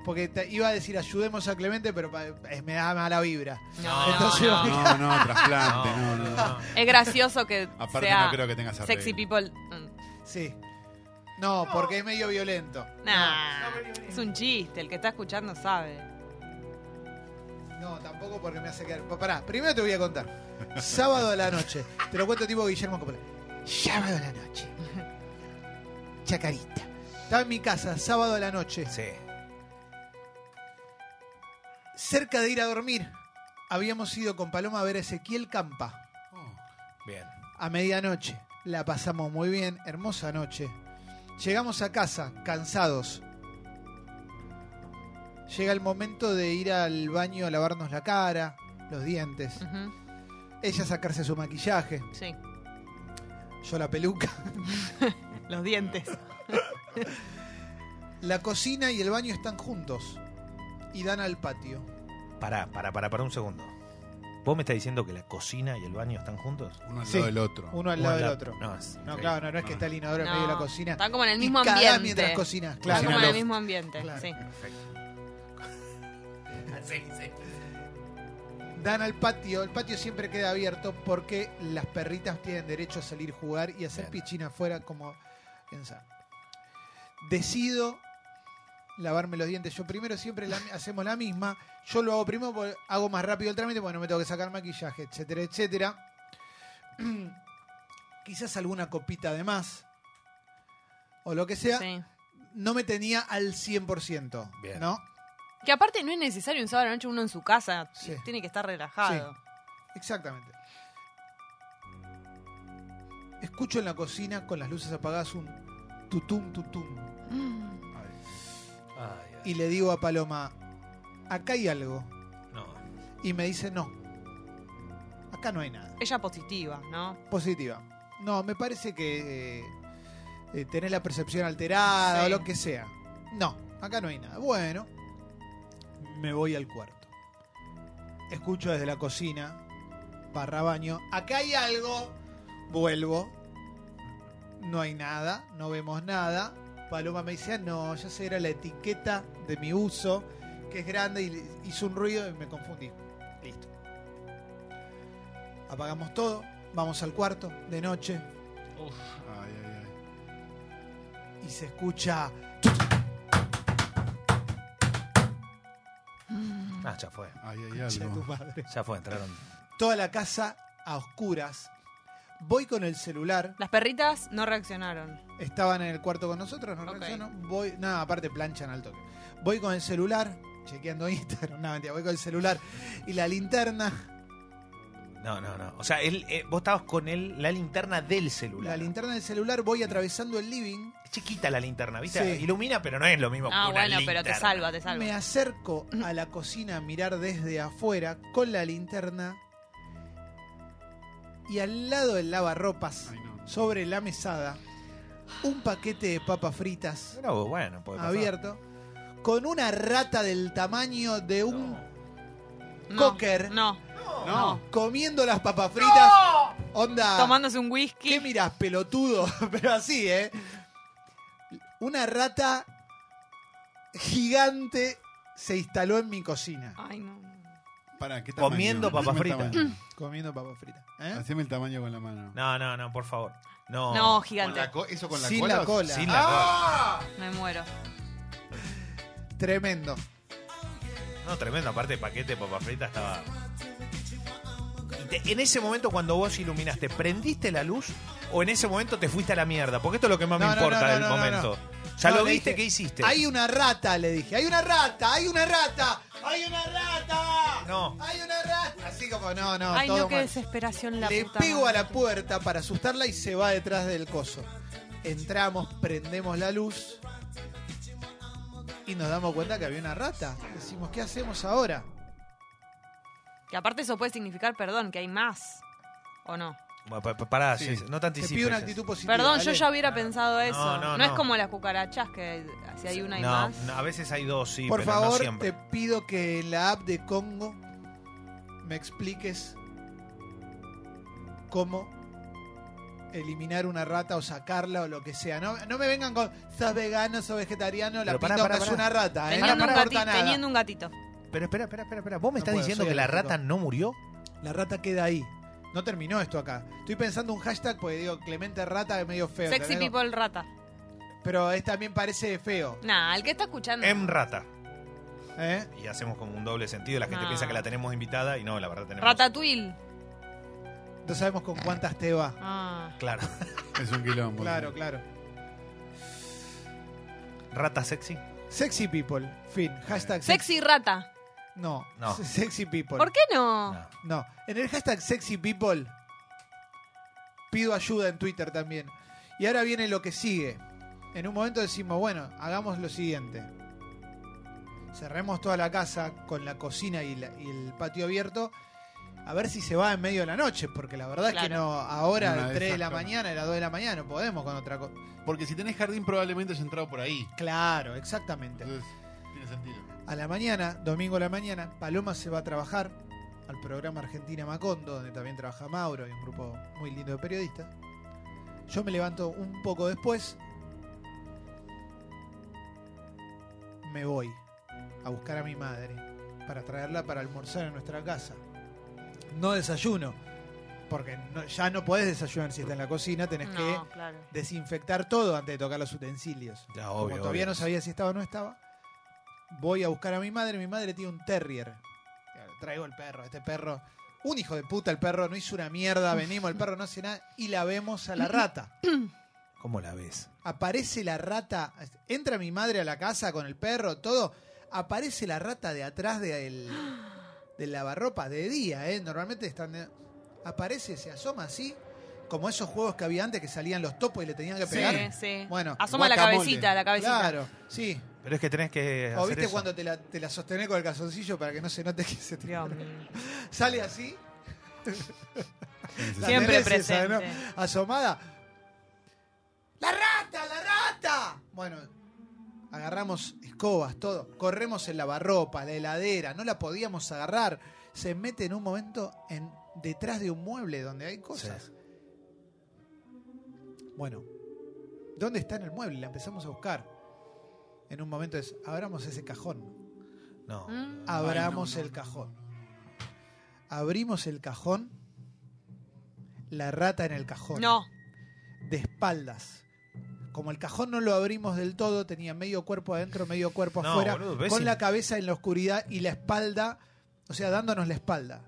Speaker 1: Porque te iba a decir ayudemos a Clemente, pero pa- es- me da mala vibra.
Speaker 3: No,
Speaker 1: Entonces-
Speaker 3: no.
Speaker 4: No, no, trasplante, no,
Speaker 2: No,
Speaker 4: no.
Speaker 2: no.
Speaker 3: Es gracioso que
Speaker 4: Aparte
Speaker 3: sea
Speaker 4: no creo que tengas
Speaker 3: sexy
Speaker 4: arreglo.
Speaker 3: people. Mm,
Speaker 1: Sí. No, porque es medio violento.
Speaker 3: Nah, es un chiste. El que está escuchando sabe.
Speaker 1: No, tampoco porque me hace quedar. Pa- Pará, primero te voy a contar. Sábado a la noche. Te lo cuento tipo Guillermo Coppola. Sábado a la noche. Chacarita. Estaba en mi casa, sábado a la noche.
Speaker 2: Sí.
Speaker 1: Cerca de ir a dormir, habíamos ido con Paloma a ver a Ezequiel Campa
Speaker 4: Oh,
Speaker 2: Bien.
Speaker 1: a medianoche. La pasamos muy bien, hermosa noche. Llegamos a casa, cansados. Llega el momento de ir al baño a lavarnos la cara, los dientes.
Speaker 2: Mm.
Speaker 3: Ujú,
Speaker 1: Ella sacarse su maquillaje,
Speaker 3: Sí,
Speaker 1: yo la peluca. (laughs)
Speaker 3: los dientes.
Speaker 1: La cocina y el baño están juntos y dan al patio.
Speaker 2: Pará, pará, pará, pará un segundo. ¿Vos me estás diciendo que la cocina y el baño están juntos?
Speaker 4: Uno al
Speaker 1: Sí.
Speaker 4: lado del otro.
Speaker 1: Uno al lado del
Speaker 2: Una la-
Speaker 1: otro.
Speaker 2: No, es
Speaker 1: No,
Speaker 2: increíble.
Speaker 1: claro, no, no es que está el inodoro en
Speaker 3: No,
Speaker 1: medio de la cocina.
Speaker 3: Están como en el mismo
Speaker 1: y cagás
Speaker 3: ambiente.
Speaker 1: mientras cocinas,
Speaker 3: Están
Speaker 1: claro.
Speaker 3: como en el
Speaker 4: Cocinas.
Speaker 3: mismo ambiente.
Speaker 1: Claro.
Speaker 3: Sí.
Speaker 1: Dan al patio. El patio siempre queda abierto porque las perritas tienen derecho a salir a jugar y hacer
Speaker 2: Bien.
Speaker 1: pichina afuera como en San. Decido lavarme los dientes. Yo primero siempre la- hacemos la misma. Yo lo hago primero porque hago más rápido el trámite porque no me tengo que sacar maquillaje, etcétera, etcétera. (clears throat) Quizás alguna copita de más. O lo que sea.
Speaker 3: sí.
Speaker 1: No me tenía al 100%.
Speaker 2: Bien.
Speaker 1: ¿No?
Speaker 3: Que aparte no es necesario un sábado a la noche uno en su casa.
Speaker 1: Sí.
Speaker 3: Tiene que estar relajado.
Speaker 1: Exactamente. Escucho en la cocina con las luces apagadas un tutum tutum
Speaker 3: Mm.
Speaker 2: Ay, ay,
Speaker 1: y le digo a Paloma, acá hay algo.
Speaker 2: no.
Speaker 1: Y me dice, no, acá no hay nada.
Speaker 3: Ella positiva, ¿no?
Speaker 1: Positiva. No, me parece que eh, eh, tenés la percepción alterada
Speaker 3: Sí.
Speaker 1: o lo que sea. No, acá no hay nada. Bueno, me voy al cuarto. Escucho desde la cocina, barra baño, acá hay algo. Vuelvo. No hay nada, no vemos nada. Paloma me dice, "Ah, no, ya se era la etiqueta de mi uso, que es grande y le- hizo un ruido y me confundí. Listo. Apagamos todo, vamos al cuarto de noche
Speaker 4: Ay, ay, ay.
Speaker 1: y se escucha
Speaker 2: Ah, ya fue.
Speaker 4: Ay, ay,
Speaker 1: "Concha de tu
Speaker 4: algo.
Speaker 1: madre".
Speaker 2: Ya fue, entraron.
Speaker 1: Toda la casa a oscuras. Voy con el celular,
Speaker 3: Las perritas no reaccionaron.
Speaker 1: estaban en el cuarto con nosotros, no
Speaker 3: Ok.
Speaker 1: reacciono. Voy, nada, aparte planchan al toque. Voy con el celular, chequeando (laughs) Instagram, no, mentira, voy con el celular y la linterna,
Speaker 2: No, no, no. O sea, él, eh, vos estabas con él, la linterna del celular.
Speaker 1: la linterna del celular, voy atravesando el living,
Speaker 2: Es chiquita la linterna, ¿viste?
Speaker 1: Sí.
Speaker 2: Ilumina, pero no es lo mismo
Speaker 3: Ah,
Speaker 2: que una
Speaker 3: bueno, pero te
Speaker 2: linterna.
Speaker 3: salva, te
Speaker 1: me
Speaker 3: salva.
Speaker 1: acerco a la cocina a mirar desde afuera con la linterna y al lado del lavarropas,
Speaker 4: Ay, no.
Speaker 1: sobre la mesada, un paquete de papas fritas.
Speaker 2: Pero bueno, puede pasar.
Speaker 1: abierto con una rata del tamaño de un
Speaker 3: No,
Speaker 1: cocker.
Speaker 3: No.
Speaker 4: No.
Speaker 1: comiendo las papas fritas. Onda.
Speaker 3: Tomándose un whisky.
Speaker 1: Ah. ¿Qué mirás, pelotudo? (laughs) Pero así, ¿eh? Una rata gigante se instaló en mi cocina
Speaker 3: Ay, no.
Speaker 4: Pará, ¿qué tamaño?
Speaker 2: Comiendo papas
Speaker 4: Haceme el
Speaker 2: fritas.
Speaker 4: tamaño.
Speaker 1: comiendo papas fritas. (clears throat)
Speaker 2: Ah,
Speaker 1: ¿eh?
Speaker 4: Haceme el tamaño con la mano.
Speaker 2: No, no, no, por favor. No.
Speaker 3: No,
Speaker 4: ¿Con
Speaker 3: gigante.
Speaker 4: la co- ¿Eso con la
Speaker 1: Sin
Speaker 4: cola?
Speaker 1: la cola.
Speaker 2: Sin la cola.
Speaker 1: Ah.
Speaker 3: Me muero.
Speaker 1: Tremendo.
Speaker 2: No, tremendo. Aparte, el paquete de papas fritas estaba. Y te- en ese momento, cuando vos iluminaste, ¿prendiste la luz o en ese momento te fuiste a la mierda? Porque esto es lo que más
Speaker 1: No,
Speaker 2: me
Speaker 1: no,
Speaker 2: importa
Speaker 1: no, no,
Speaker 2: del
Speaker 1: no,
Speaker 2: momento. Ya
Speaker 1: No,
Speaker 2: lo
Speaker 1: le
Speaker 2: viste,
Speaker 1: dije,
Speaker 2: ¿qué hiciste?
Speaker 1: Hay una rata, le dije. Hay una rata, hay una rata, hay una rata.
Speaker 2: No.
Speaker 1: Hay una rata. Así como, no, no.
Speaker 3: Ay,
Speaker 1: todo
Speaker 3: no, qué
Speaker 1: mal.
Speaker 3: desesperación la
Speaker 1: Le
Speaker 3: puta
Speaker 1: pego a
Speaker 3: madre.
Speaker 1: la puerta para asustarla y se va detrás del coso. Entramos, prendemos la luz y nos damos cuenta que había una rata. Decimos, ¿qué hacemos ahora?
Speaker 3: Que aparte eso puede significar, perdón, que hay más. ¿O no?
Speaker 2: Bueno, pa- pa- Pará,
Speaker 4: Sí.
Speaker 2: Jess, no te
Speaker 1: Te
Speaker 2: anticipes.
Speaker 1: pido una
Speaker 2: Jess.
Speaker 1: actitud positiva.
Speaker 3: Perdón, yo
Speaker 1: dale.
Speaker 3: ya hubiera pensado eso. No,
Speaker 2: Ah, no,
Speaker 3: es
Speaker 2: no.
Speaker 3: como las cucarachas, que si hay una y
Speaker 2: no,
Speaker 3: más.
Speaker 2: no, a veces hay dos, sí,
Speaker 1: Por
Speaker 2: pero no
Speaker 1: favor,
Speaker 2: siempre.
Speaker 1: te pido que en la app de Congo me expliques cómo eliminar una rata o sacarla o lo que sea. No, no me vengan con, sos vegano, sos vegetariano, la
Speaker 2: Pero pará,
Speaker 1: pinta
Speaker 2: pará,
Speaker 1: es
Speaker 2: pará.
Speaker 1: una rata. ¿eh?
Speaker 3: Teniendo,
Speaker 1: No
Speaker 3: un
Speaker 1: me importa
Speaker 3: gati-
Speaker 1: nada.
Speaker 3: teniendo un gatito.
Speaker 2: Pero espera, espera, espera, espera. ¿Vos
Speaker 1: No
Speaker 2: me estás
Speaker 1: puedo,
Speaker 2: diciendo
Speaker 1: soy
Speaker 2: que la
Speaker 1: alérgico.
Speaker 2: rata no murió?
Speaker 1: La rata queda ahí. No terminó esto acá. Estoy pensando un hashtag porque digo Clemente Rata es medio feo.
Speaker 3: Sexy
Speaker 1: ¿entendés?
Speaker 3: people rata.
Speaker 1: Pero es, también parece feo.
Speaker 3: Nah, el que está escuchando.
Speaker 2: En rata.
Speaker 1: ¿eh?
Speaker 2: Y hacemos como un doble sentido. La gente
Speaker 3: No.
Speaker 2: piensa que la tenemos invitada y no, la verdad tenemos.
Speaker 3: Ratatouille.
Speaker 1: No sabemos con cuántas te va.
Speaker 3: Ah.
Speaker 2: Claro. (laughs)
Speaker 4: Es un quilombo.
Speaker 1: Claro, claro.
Speaker 2: Rata sexy.
Speaker 1: Sexy people. Fin. Hashtag sex-
Speaker 3: Sexy rata.
Speaker 1: No.
Speaker 2: No.
Speaker 1: Se- (laughs) Sexy people.
Speaker 3: ¿Por qué no?
Speaker 2: No.
Speaker 1: No. En el hashtag sexy people pido ayuda en Twitter también. Y ahora viene lo que sigue. En un momento decimos, bueno, hagamos lo siguiente. Cerremos toda la casa con la cocina y, la- y el patio abierto. A ver si se va en medio de la noche, porque la verdad es que
Speaker 3: Claro.
Speaker 1: no, ahora
Speaker 4: Una
Speaker 1: de
Speaker 4: de
Speaker 1: 3 de
Speaker 4: esas,
Speaker 1: la
Speaker 4: claro.
Speaker 1: mañana, de las 2 de la mañana, no podemos con otra cosa.
Speaker 4: Porque si tenés jardín, probablemente has entrado por ahí.
Speaker 1: Claro, exactamente.
Speaker 4: Entonces, tiene sentido.
Speaker 1: A la mañana, domingo a la mañana, Paloma se va a trabajar al programa Argentina Macondo, donde también trabaja Mauro y un grupo muy lindo de periodistas. Yo me levanto un poco después. Me voy a buscar a mi madre para traerla para almorzar en nuestra casa. No desayuno, porque no- ya no podés desayunar si está en la cocina, tenés que
Speaker 3: No, claro.
Speaker 1: desinfectar todo antes de tocar los utensilios.
Speaker 2: Ya,
Speaker 1: Como
Speaker 2: obvio,
Speaker 1: todavía
Speaker 2: obvio.
Speaker 1: no sabía si estaba o no estaba, voy a buscar a mi madre. Mi madre tiene un terrier. Traigo el perro, este perro. Un hijo de puta, el perro no hizo una mierda. Venimos, el perro no hace nada. Y la vemos a la rata.
Speaker 2: ¿Cómo la ves?
Speaker 1: Aparece la rata. Entra mi madre a la casa con el perro, todo. Aparece la rata de atrás del, del lavarropa de día, ¿eh? Normalmente están. de- aparece, se asoma así. Como esos juegos que había antes que salían los topos y le tenían que
Speaker 4: Sí.
Speaker 1: pegar.
Speaker 3: Sí, sí.
Speaker 1: Bueno,
Speaker 3: Asoma la
Speaker 4: guacamole.
Speaker 3: cabecita, la cabecita.
Speaker 1: Claro, sí.
Speaker 2: Pero es que tenés que.
Speaker 1: O
Speaker 2: hacer
Speaker 1: viste
Speaker 2: eso.
Speaker 1: cuando te la, te la sostenés con el calzoncillo para que no se note que se te...
Speaker 3: Dios mío.
Speaker 1: Sale así, La
Speaker 3: Siempre
Speaker 1: tenés esa,
Speaker 3: presente.
Speaker 1: asomada. ¡La rata, la rata! Bueno, agarramos escobas, todo. Corremos en lavarropa, la heladera, no la podíamos agarrar. Se mete en un momento en, detrás de un mueble donde hay cosas. Bueno, ¿dónde está en el mueble? La empezamos a buscar. En un momento es, abramos ese cajón.
Speaker 2: No.
Speaker 3: Mm.
Speaker 1: Abramos
Speaker 4: Ay, no, no,
Speaker 1: el cajón. Abrimos el cajón. La rata en el cajón.
Speaker 3: No.
Speaker 1: De espaldas. Como el cajón no lo abrimos del todo, tenía medio cuerpo adentro, medio cuerpo
Speaker 2: No,
Speaker 1: afuera.
Speaker 2: boludo, ves
Speaker 1: con
Speaker 2: si-
Speaker 1: la cabeza en la oscuridad y la espalda, o sea, dándonos la espalda.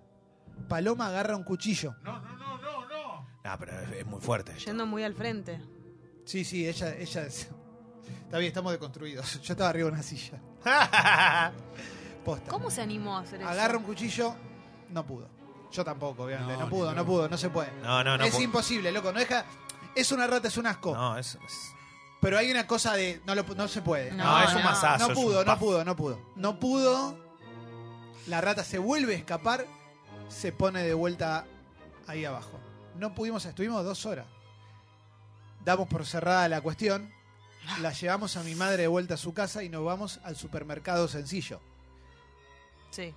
Speaker 1: Paloma agarra un cuchillo.
Speaker 4: No, no, no, no, no.
Speaker 2: Ah, pero es, es muy fuerte. esto.
Speaker 3: Yendo muy al frente.
Speaker 1: Sí, sí, ella, ella es. Está bien, estamos deconstruidos. Yo estaba arriba de una silla. Posta.
Speaker 3: ¿Cómo se animó a hacer eso?
Speaker 1: Agarra un cuchillo, no pudo. Yo tampoco, obviamente. No,
Speaker 4: No,
Speaker 1: pudo,
Speaker 4: ni
Speaker 1: no
Speaker 4: yo.
Speaker 1: pudo, no se puede.
Speaker 2: (laughs) no, Ah, no, no.
Speaker 1: es
Speaker 2: po-
Speaker 1: imposible, loco. No deja. Es una rata, es un asco.
Speaker 2: No, es. es-
Speaker 1: Pero hay una cosa de. No, lo, no se puede.
Speaker 3: No,
Speaker 2: no, es un
Speaker 3: no.
Speaker 2: masazo.
Speaker 1: No
Speaker 2: es un
Speaker 1: pudo, no
Speaker 2: paf.
Speaker 1: pudo, no pudo. No pudo. La rata se vuelve a escapar. Se pone de vuelta ahí abajo. No pudimos, estuvimos dos horas. Damos por cerrada la cuestión. La llevamos a mi madre de vuelta a su casa y nos vamos al supermercado sencillo.
Speaker 3: Sí.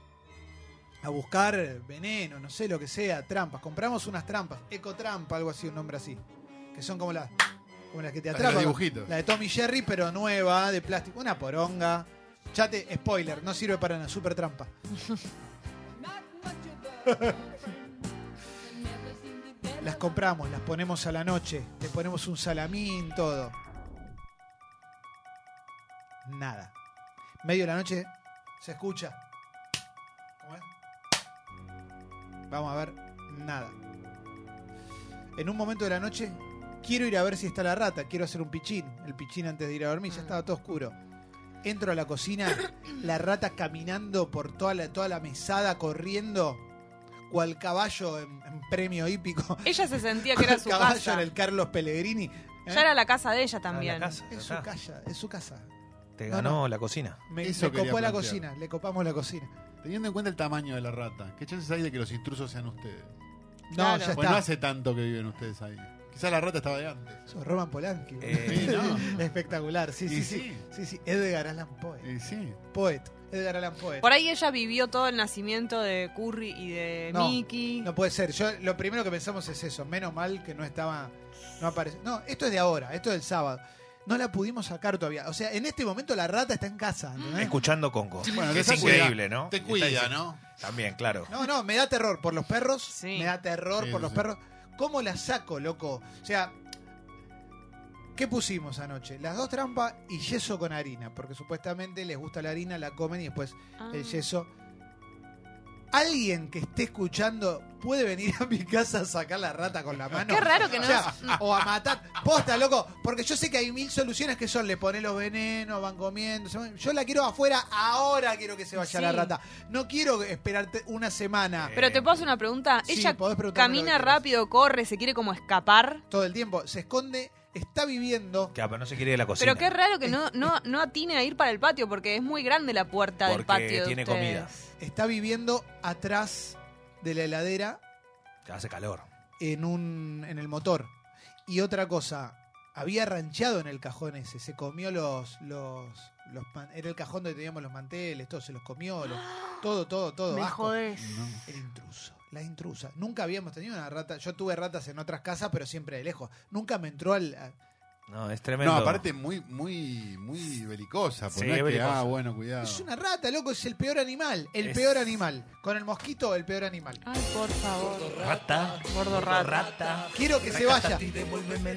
Speaker 1: a buscar veneno, no sé lo que sea, trampas. Compramos unas trampas, ecotrampa, algo así, un nombre así. Que son como las, como las que te
Speaker 4: Las de
Speaker 1: atrapan.
Speaker 4: los dibujitos.
Speaker 1: La de Tommy Jerry, pero nueva, de plástico. Una poronga. Chate, spoiler, no sirve para nada, super trampa. (laughs) las compramos, las ponemos a la noche, le ponemos un salamín, todo. Nada. Medio de la noche se escucha. ¿Cómo es? Vamos a ver. Nada. En un momento de la noche, quiero ir a ver si está la rata. Quiero hacer un pichín. El pichín antes de ir a dormir.
Speaker 3: Mm.
Speaker 1: Ya estaba todo oscuro. Entro a la cocina,
Speaker 3: (coughs)
Speaker 1: la rata caminando por toda la, toda la mesada, corriendo, cual caballo en, en premio hípico.
Speaker 3: Ella se
Speaker 1: (laughs)
Speaker 3: sentía que era su
Speaker 1: caballo en
Speaker 3: casa.
Speaker 1: el Carlos Pellegrini. ¿eh?
Speaker 3: Ya era la casa de ella
Speaker 2: Ah, la
Speaker 3: también.
Speaker 2: casa,
Speaker 1: Es su
Speaker 2: ya está.
Speaker 1: casa, es su casa.
Speaker 2: Te
Speaker 1: No,
Speaker 2: ganó
Speaker 1: no.
Speaker 2: la cocina.
Speaker 1: Me,
Speaker 4: Eso
Speaker 1: me
Speaker 4: quería
Speaker 1: copó la
Speaker 4: plantear.
Speaker 1: cocina, le copamos la cocina.
Speaker 4: Teniendo en cuenta el tamaño de la rata, ¿qué chances hay de que los intrusos sean ustedes?
Speaker 1: No,
Speaker 3: Claro.
Speaker 1: ya
Speaker 4: Bueno,
Speaker 1: está.
Speaker 4: no hace tanto que viven ustedes ahí. Quizás la rata estaba de antes.
Speaker 1: Sos Roman Polanski.
Speaker 2: Eh,
Speaker 4: Sí,
Speaker 1: (laughs)
Speaker 4: no.
Speaker 1: Espectacular, sí,
Speaker 4: Y
Speaker 1: sí, sí. Sí, sí, Edgar Allan Poe.
Speaker 4: Y sí.
Speaker 1: Poet. Edgar Allan Poe.
Speaker 3: Por ahí ella vivió todo el nacimiento de Curry y de
Speaker 1: No,
Speaker 3: Mickey.
Speaker 1: No puede ser. Yo lo primero que pensamos es eso. Menos mal que no estaba. No apareció. No, esto es de ahora, esto es del sábado. No la pudimos sacar todavía. O sea, en este momento la rata está en casa.
Speaker 4: Mm.
Speaker 1: ¿entendés?
Speaker 2: Escuchando Conco.
Speaker 4: Bueno,
Speaker 2: Que es
Speaker 4: te cuida-
Speaker 2: increíble, ¿no?
Speaker 4: Te
Speaker 2: Está
Speaker 4: cuida,
Speaker 2: diciendo-
Speaker 4: ¿no?
Speaker 2: También, claro.
Speaker 1: No, no, me da terror por los perros.
Speaker 3: Sí.
Speaker 1: Me da terror
Speaker 4: Sí,
Speaker 1: por
Speaker 4: sí,
Speaker 1: los
Speaker 4: sí.
Speaker 1: perros. ¿Cómo la saco, loco? O sea, ¿qué pusimos anoche? Las dos trampas y yeso con harina. Porque supuestamente les gusta la harina, la comen y después
Speaker 3: Ah.
Speaker 1: el yeso. Alguien que esté escuchando puede venir a mi casa a sacar la rata con la mano.
Speaker 3: Qué raro que no-
Speaker 1: O, sea, o a matar. Posta, loco. Porque yo sé que hay mil soluciones que son: le pones los venenos, van comiendo. se van- Yo la quiero afuera, ahora quiero que se vaya
Speaker 3: Sí.
Speaker 1: la rata. No quiero esperarte una semana.
Speaker 2: Eh,
Speaker 3: Pero te puedo hacer una pregunta.
Speaker 1: Sí,
Speaker 3: ella
Speaker 1: podés preguntarme lo que
Speaker 3: camina
Speaker 1: quieras.
Speaker 3: rápido, corre, se quiere como escapar.
Speaker 1: todo el tiempo. Se esconde, está viviendo.
Speaker 2: Claro, pero no se quiere ir a la cocina.
Speaker 3: Pero qué raro que no, no, no atine a ir para el patio, porque es muy grande la puerta del
Speaker 2: Porque
Speaker 3: patio. de
Speaker 2: tiene
Speaker 3: ustedes.
Speaker 1: Está viviendo atrás de la heladera
Speaker 2: Hace calor.
Speaker 1: en, un, en el motor. Y otra cosa, había rancheado en el cajón ese. Se comió los. los, los man- era el cajón donde teníamos los manteles, todo. Se los comió. los- todo, todo, todo.
Speaker 3: Me
Speaker 1: asco.
Speaker 3: jodés.
Speaker 1: El intruso. La intrusa. Nunca habíamos tenido una rata. Yo tuve ratas en otras casas, pero siempre de lejos. Nunca me entró al. a-
Speaker 2: No, es tremendo.
Speaker 4: No, aparte muy, muy, muy belicosa. Pues
Speaker 2: Sí,
Speaker 4: no es que,
Speaker 2: belicosa.
Speaker 4: ah, bueno, cuidado.
Speaker 1: Es una rata, loco. Es el peor animal. El
Speaker 2: Es-
Speaker 1: peor animal. Con el mosquito, el peor animal.
Speaker 3: Ay, por favor.
Speaker 2: Rata.
Speaker 3: Gordo rata.
Speaker 1: Quiero que se vaya.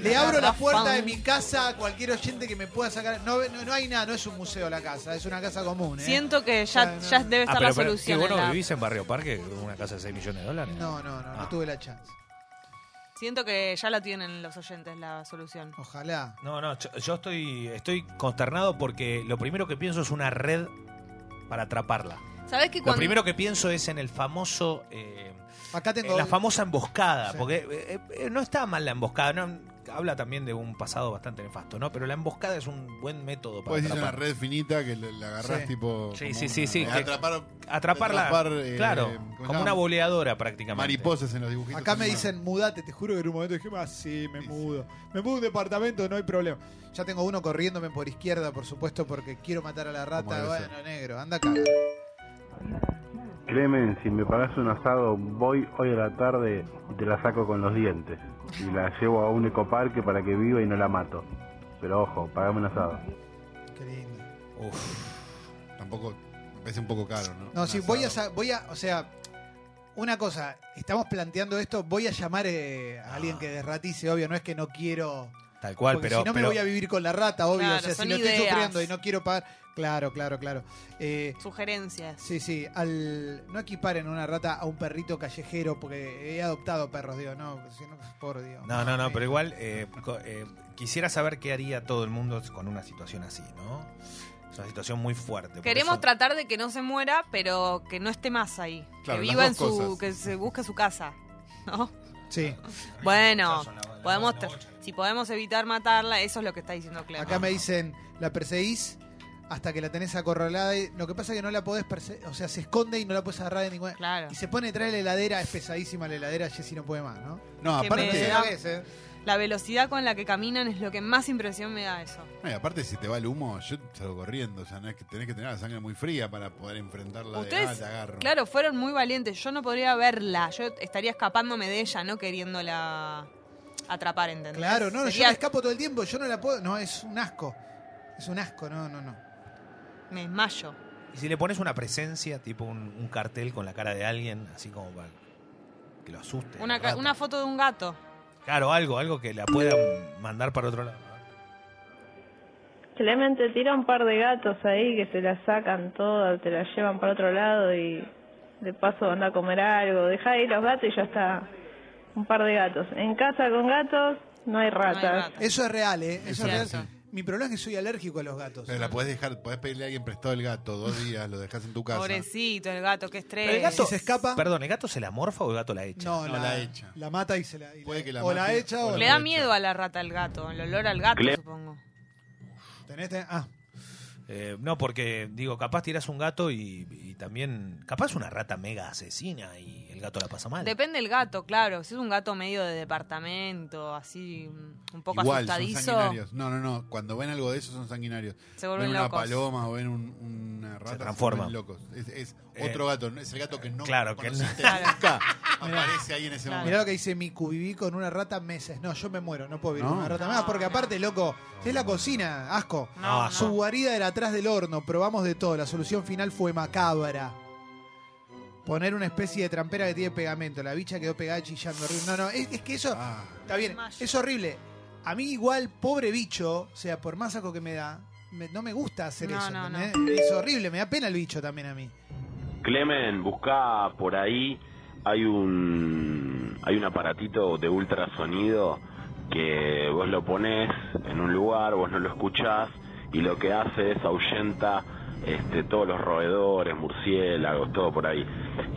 Speaker 1: Le abro la puerta de mi casa a cualquier oyente que me pueda sacar. No, no, no hay nada, no es un museo la casa, es una casa común. ¿eh?
Speaker 3: Siento que ya,
Speaker 1: Bueno.
Speaker 3: ya debe
Speaker 2: Ah,
Speaker 3: estar
Speaker 2: pero,
Speaker 3: la
Speaker 2: pero, ¿qué,
Speaker 3: solución.
Speaker 2: vos
Speaker 3: en
Speaker 2: no
Speaker 3: la-
Speaker 2: vivís en Barrio Parque con una casa de 6 millones de dólares?
Speaker 1: No, no, no,
Speaker 2: Ah.
Speaker 1: no tuve la chance.
Speaker 3: Siento que ya la tienen los oyentes la solución.
Speaker 1: Ojalá.
Speaker 2: No, no, yo, yo estoy, estoy consternado porque lo primero que pienso es una red para atraparla.
Speaker 3: ¿Sabés que
Speaker 2: Lo
Speaker 3: cuando...
Speaker 2: primero que pienso es en el famoso... eh,
Speaker 1: Acá tengo.
Speaker 2: en la famosa emboscada,
Speaker 1: Sí.
Speaker 2: porque eh, eh, no está mal la emboscada, no, habla también de un pasado bastante nefasto, ¿no? Pero la emboscada es un buen método para
Speaker 4: Puedes hacer una
Speaker 2: atrapar.
Speaker 4: red finita que le- la agarrás
Speaker 1: Sí.
Speaker 4: tipo.
Speaker 2: Sí,
Speaker 4: como
Speaker 2: sí, sí,
Speaker 4: una-
Speaker 2: sí,
Speaker 4: de
Speaker 2: que-
Speaker 4: Atrapar, eh,
Speaker 2: Atraparla,
Speaker 4: atrapar, eh,
Speaker 2: claro,
Speaker 4: ¿cómo se
Speaker 2: como
Speaker 4: llama?
Speaker 2: una boleadora prácticamente.
Speaker 4: mariposas en los dibujitos.
Speaker 1: Acá me
Speaker 4: animados.
Speaker 1: dicen mudate, te juro que en un momento dije, ah, sí, me
Speaker 4: Sí, sí.
Speaker 1: mudo. Me mudo a un departamento, no hay problema. Ya tengo uno corriéndome por izquierda, por supuesto, porque quiero matar a la
Speaker 4: Como
Speaker 1: rata.
Speaker 4: debe
Speaker 1: Bueno,
Speaker 4: ser.
Speaker 1: negro, anda acá.
Speaker 6: Clemen, si me pagas un asado, voy hoy a la tarde y te la saco con los dientes. Y la llevo a un ecoparque para que viva y no la mato. Pero ojo, pagame un asado.
Speaker 1: Qué lindo.
Speaker 2: Uf,
Speaker 4: Tampoco. Me parece un poco caro, ¿no?
Speaker 1: No,
Speaker 4: Un
Speaker 1: sí, voy a,
Speaker 4: asado.
Speaker 1: sa- voy a, o sea, una cosa, estamos planteando esto, voy a llamar eh, a alguien que desratice, obvio, no es que no quiero,
Speaker 2: tal cual,
Speaker 1: porque
Speaker 2: pero...
Speaker 1: si no
Speaker 2: pero-
Speaker 1: me voy a vivir con la rata, obvio,
Speaker 3: Claro,
Speaker 1: o sea, si
Speaker 3: son
Speaker 1: no estoy
Speaker 3: ideas.
Speaker 1: sufriendo y no quiero pagar, claro, claro, claro. Eh,
Speaker 3: Sugerencias.
Speaker 1: sí, sí, al no equiparen una rata a un perrito callejero, porque he adoptado perros, digo, no, si no, por Dios.
Speaker 2: No, no, no, pero igual eh, co- eh, quisiera saber qué haría todo el mundo con una situación así, ¿no? Es una situación muy fuerte. por
Speaker 3: Queremos
Speaker 2: eso-
Speaker 3: tratar de que no se muera, pero que no esté más ahí.
Speaker 4: Claro,
Speaker 3: que
Speaker 4: las
Speaker 3: viva en
Speaker 4: dos
Speaker 3: su...
Speaker 4: cosas.
Speaker 3: que se busque su casa. ¿No? (laughs)
Speaker 1: Sí,
Speaker 3: Bueno,
Speaker 2: Son la- la-
Speaker 3: podemos...
Speaker 2: la
Speaker 3: tra-
Speaker 2: bocha.
Speaker 3: Si podemos evitar matarla, eso es lo que está diciendo Clem.
Speaker 1: acá me dicen, la perseguís hasta que la tenés acorralada, y lo que pasa es que no la podés, perse- o sea, se esconde y no la podés agarrar de ninguna...
Speaker 3: Claro.
Speaker 1: Y se pone detrás de la heladera, es pesadísima la heladera, Jessy no puede más, ¿no?
Speaker 4: No,
Speaker 3: que
Speaker 4: aparte.
Speaker 3: me-
Speaker 1: Tercera vez, ¿eh?
Speaker 3: La velocidad con la que caminan es lo que más impresión me da eso.
Speaker 4: No, y eh, aparte, si te va el humo, yo salgo corriendo. O sea, no es que tenés que tener la sangre muy fría para poder enfrentarla de "Ah,
Speaker 3: Ustedes,
Speaker 4: te agarro.
Speaker 3: claro, fueron muy valientes. Yo no podría verla. Yo estaría escapándome de ella, no queriéndola atrapar, ¿entendés?
Speaker 1: Claro, no, no, yo
Speaker 3: Sería-
Speaker 1: me escapo todo el tiempo, yo no la puedo. No, es un asco. Es un asco, no, no, no.
Speaker 3: Me desmayo.
Speaker 2: Y si le pones una presencia, tipo un, un cartel con la cara de alguien, así como para que lo asuste.
Speaker 3: Una,
Speaker 2: la
Speaker 3: ca-
Speaker 2: rata.
Speaker 3: una foto de un gato.
Speaker 2: Claro, algo, algo que la puedan mandar para otro lado.
Speaker 7: Clemente tira un par de gatos ahí que se la sacan todas, te la llevan para otro lado y de paso anda a comer algo. Deja ahí los gatos y ya está. Un par de gatos. En casa con gatos no hay ratas.
Speaker 3: gatos.
Speaker 1: Eso es real, ¿eh? Eso
Speaker 4: Eso es
Speaker 1: es real.
Speaker 4: cierto.
Speaker 1: Mi problema es que soy alérgico a los gatos.
Speaker 4: Pero la podés dejar, podés pedirle a alguien prestado el gato dos días, lo dejás en tu casa.
Speaker 3: Pobrecito, el gato, qué estrés.
Speaker 2: Pero el gato-
Speaker 1: Si se escapa.
Speaker 2: Perdón, ¿el gato se la morfa o el gato la echa?
Speaker 1: No,
Speaker 4: No,
Speaker 1: la,
Speaker 4: la echa.
Speaker 1: La mata y se la. y
Speaker 4: Puede
Speaker 1: la-
Speaker 4: que la
Speaker 1: o la
Speaker 4: mate,
Speaker 1: echa
Speaker 4: o
Speaker 1: o
Speaker 4: la
Speaker 3: Le
Speaker 1: la.
Speaker 3: da miedo a la rata el gato, el olor al gato,
Speaker 6: Cle-
Speaker 3: supongo.
Speaker 1: Tenés- tenés- ah,
Speaker 2: Eh, no, porque digo, capaz tiras un gato y, y también. Capaz una rata mega asesina y el gato la pasa mal.
Speaker 3: Depende del gato, claro. Si es un gato medio de departamento, así un poco
Speaker 4: Igual, son
Speaker 3: asustadizo,
Speaker 4: sanguinarios. No, no, no. Cuando ven algo de eso son sanguinarios.
Speaker 3: se
Speaker 4: ven
Speaker 3: vuelven
Speaker 4: una
Speaker 3: locos.
Speaker 4: paloma o ven un- una rata. vuelven
Speaker 2: transforman.
Speaker 4: locos. Es, es
Speaker 2: Eh,
Speaker 4: otro gato. no- Es el gato que no
Speaker 2: claro, que no.
Speaker 4: conociste
Speaker 3: Claro.
Speaker 4: nunca. (laughs) Aparece ahí en ese
Speaker 3: Claro.
Speaker 1: Mirá
Speaker 4: momento.
Speaker 1: lo que dice Miku, viví con una rata meses. No, yo me muero, no puedo vivir con
Speaker 4: No.
Speaker 1: una rata más, porque
Speaker 3: No,
Speaker 1: aparte, loco,
Speaker 2: No.
Speaker 1: es la cocina, asco.
Speaker 2: Ah,
Speaker 3: No,
Speaker 1: Su
Speaker 3: no.
Speaker 1: guarida era atrás del horno, probamos de todo, la solución final fue macabra. Poner una especie de trampera que tiene pegamento, la bicha quedó pegada chillando. horrible. No, no, es, es que eso
Speaker 4: Ah,
Speaker 1: está bien,
Speaker 3: Desmayo.
Speaker 1: es horrible. A mí igual, pobre bicho, o sea, por más asco que me da, me- no me gusta hacer
Speaker 3: No,
Speaker 1: eso.
Speaker 3: no, no.
Speaker 1: ¿entendés? Es horrible, me da pena el bicho también a mí.
Speaker 8: Clemen, busca por ahí, hay un hay un aparatito de ultrasonido que vos lo pones en un lugar, vos no lo escuchás y lo que hace es ahuyenta este, todos los roedores, murciélagos, todo por ahí.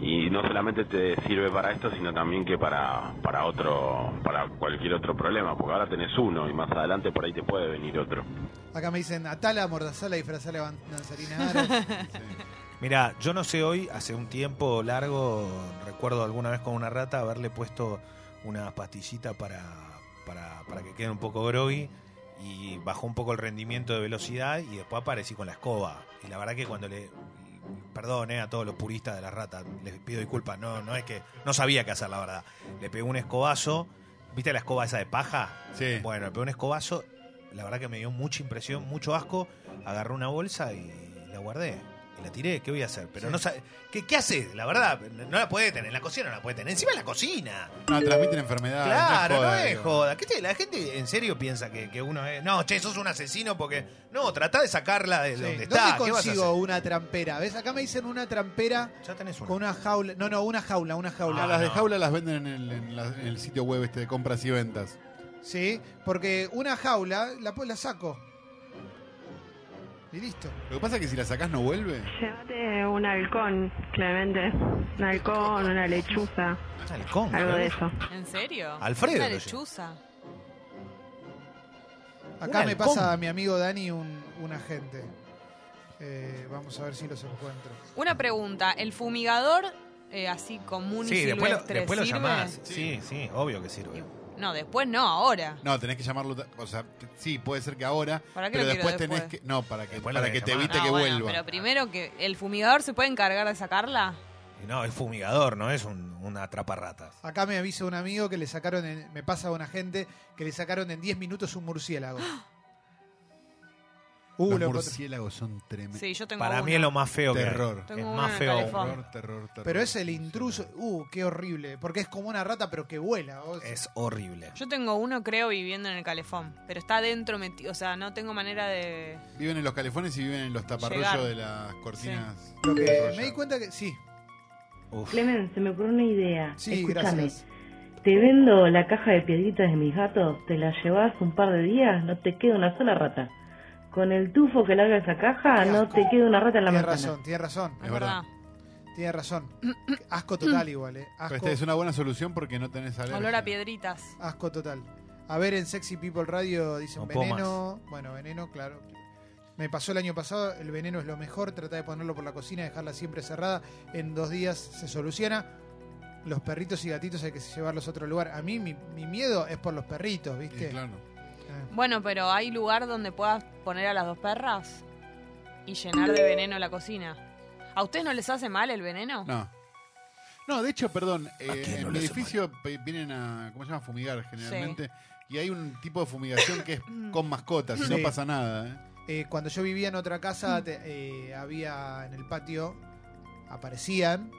Speaker 8: Y no solamente te sirve para esto, sino también que para, para otro, para cualquier otro problema, porque ahora tenés uno y más adelante por ahí te puede venir otro.
Speaker 1: Acá me dicen, atala, mordazala, disfrazala, ban- danzarina.
Speaker 3: (laughs)
Speaker 1: Ara".
Speaker 2: Mirá, yo no sé hoy, hace un tiempo largo, recuerdo alguna vez con una rata haberle puesto una pastillita para, para, para que quede un poco groggy y bajó un poco el rendimiento de velocidad y después aparecí con la escoba. Y la verdad que cuando le... Perdón, eh, a todos los puristas de la rata, les pido disculpas, no, no es que no sabía qué hacer, la verdad. Le pegué un escobazo, ¿viste la escoba esa de paja?
Speaker 4: sí.
Speaker 2: Bueno, le pegué un escobazo, la verdad que me dio mucha impresión, mucho asco. Agarré una bolsa y la guardé. Y la tiré, ¿qué voy a hacer? Pero no sabe. ¿Qué, qué haces? La verdad, no la puede tener. En la cocina no la puede tener. Encima en la cocina.
Speaker 4: No, transmiten enfermedades.
Speaker 2: claro,
Speaker 4: no es joda,
Speaker 2: no es
Speaker 4: digo.
Speaker 2: joda. ¿Qué te- la gente en serio piensa que, que uno es. No, che, sos un asesino porque. No, tratá de sacarla de
Speaker 1: Sí.
Speaker 2: donde
Speaker 1: ¿Dónde
Speaker 2: está. ¿Qué vas a
Speaker 1: consigo
Speaker 2: hacer?
Speaker 1: una trampera? ¿Ves? Acá me dicen una trampera
Speaker 2: Ya tenés una.
Speaker 1: con una jaula. No, no, una jaula, una jaula.
Speaker 4: Ah, las de
Speaker 2: no.
Speaker 4: jaula las venden en el, en la- en el sitio web este de compras y ventas.
Speaker 1: Sí, porque una jaula la, po- la saco. Y listo.
Speaker 4: Lo que pasa es que si la sacás no vuelve.
Speaker 9: Llévate un halcón, Clemente. Un halcón, una lechuza,
Speaker 2: Un halcón,
Speaker 9: algo de
Speaker 2: ¿eh?
Speaker 9: eso.
Speaker 3: ¿En serio?
Speaker 2: Alfredo
Speaker 3: Una
Speaker 2: lo
Speaker 3: lechuza.
Speaker 1: Acá
Speaker 2: Un
Speaker 1: me
Speaker 2: halcón.
Speaker 1: pasa a mi amigo Dani un, un agente. Eh, vamos a ver si los encuentro.
Speaker 3: Una pregunta, ¿el fumigador eh, así común y
Speaker 2: Sí, después lo,
Speaker 3: silvestre
Speaker 2: después lo
Speaker 3: sirve?
Speaker 2: llamás. Sí, sí, obvio que sirve.
Speaker 3: No, después no, ahora.
Speaker 4: No, tenés que llamarlo. ta- O sea, t- sí, puede ser que ahora.
Speaker 3: ¿Para qué
Speaker 4: Pero
Speaker 3: lo quiero
Speaker 4: después tenés
Speaker 3: después?
Speaker 4: que. No, para que,
Speaker 2: Después lo
Speaker 4: para
Speaker 2: tenés
Speaker 4: que te
Speaker 2: que llamar.
Speaker 4: evite
Speaker 3: No,
Speaker 4: que
Speaker 3: bueno,
Speaker 4: vuelva.
Speaker 3: Pero primero que el fumigador se puede encargar de sacarla.
Speaker 2: Y No, es fumigador, no es un, una atraparratas.
Speaker 1: Acá me avisa un amigo que le sacaron, en- me pasa a un agente que le sacaron en 10 minutos un murciélago. Uh,
Speaker 4: Los
Speaker 1: lo encontré.
Speaker 4: murciélagos son tremendos.
Speaker 3: Sí, yo tengo
Speaker 2: Para
Speaker 3: una.
Speaker 2: mí es lo más feo
Speaker 4: Terror.
Speaker 2: que hay.
Speaker 3: Tengo
Speaker 2: es
Speaker 3: una
Speaker 2: más
Speaker 3: en
Speaker 2: feo.
Speaker 3: Calefón.
Speaker 4: Terror, terror, terror.
Speaker 1: Pero es el intruso. Uh, qué horrible. Porque es como una rata, pero que vuela. O sea, eh,
Speaker 2: Es horrible.
Speaker 3: Yo tengo uno, creo, viviendo en el calefón. Pero está adentro metido. O sea, no tengo manera de.
Speaker 4: Viven en los calefones y viven en los
Speaker 3: Llegar.
Speaker 4: taparrollos de las cortinas.
Speaker 1: lo que
Speaker 4: desarrolladas.
Speaker 1: me di cuenta que. Sí,
Speaker 2: Uf.
Speaker 10: Clemen, se me ocurrió una idea.
Speaker 1: sí,
Speaker 10: Escúchame,
Speaker 1: gracias.
Speaker 10: te vendo la caja de piedritas de mis gatos, te la llevas un par de días, no te queda una sola rata. Con el tufo que larga esa caja,
Speaker 1: Qué
Speaker 10: no
Speaker 1: asco.
Speaker 10: te queda una rata en la
Speaker 1: Tiene
Speaker 10: manzana.
Speaker 1: razón, tiene razón.
Speaker 3: Es
Speaker 4: verdad.
Speaker 3: verdad.
Speaker 1: Tiene razón. Asco total igual, eh.
Speaker 4: Pero
Speaker 1: Asco,
Speaker 4: esta Este, es una buena solución porque no tenés alergia.
Speaker 3: Olor a piedritas.
Speaker 1: asco total. A ver, en Sexy People Radio dicen
Speaker 2: No puedo
Speaker 1: veneno. Bueno, veneno, claro. Me pasó el año pasado, el veneno es lo mejor. Trata de ponerlo por la cocina, dejarla siempre cerrada. En dos días se soluciona. Los perritos y gatitos hay que llevarlos a otro lugar. A mí mi, mi miedo es por los perritos,
Speaker 4: Sí,
Speaker 1: ¿viste?
Speaker 4: claro.
Speaker 1: Eh,
Speaker 3: Bueno, pero ¿hay lugar donde puedas poner a las dos perras? Y llenar de veneno la cocina. ¿A ustedes no les hace mal el veneno?
Speaker 4: No. No, de hecho, perdón, eh,
Speaker 2: quién no
Speaker 4: en mi
Speaker 2: le hace
Speaker 4: edificio pe- vienen a, ¿cómo se llama? Fumigar generalmente. Y hay un tipo de fumigación
Speaker 3: (clears throat)
Speaker 4: que es
Speaker 3: Mm.
Speaker 4: con mascotas, y no
Speaker 1: Sí.
Speaker 4: pasa nada. ¿eh?
Speaker 1: eh, cuando yo vivía en otra
Speaker 4: Mm.
Speaker 1: casa, te- eh, había en el patio, aparecían.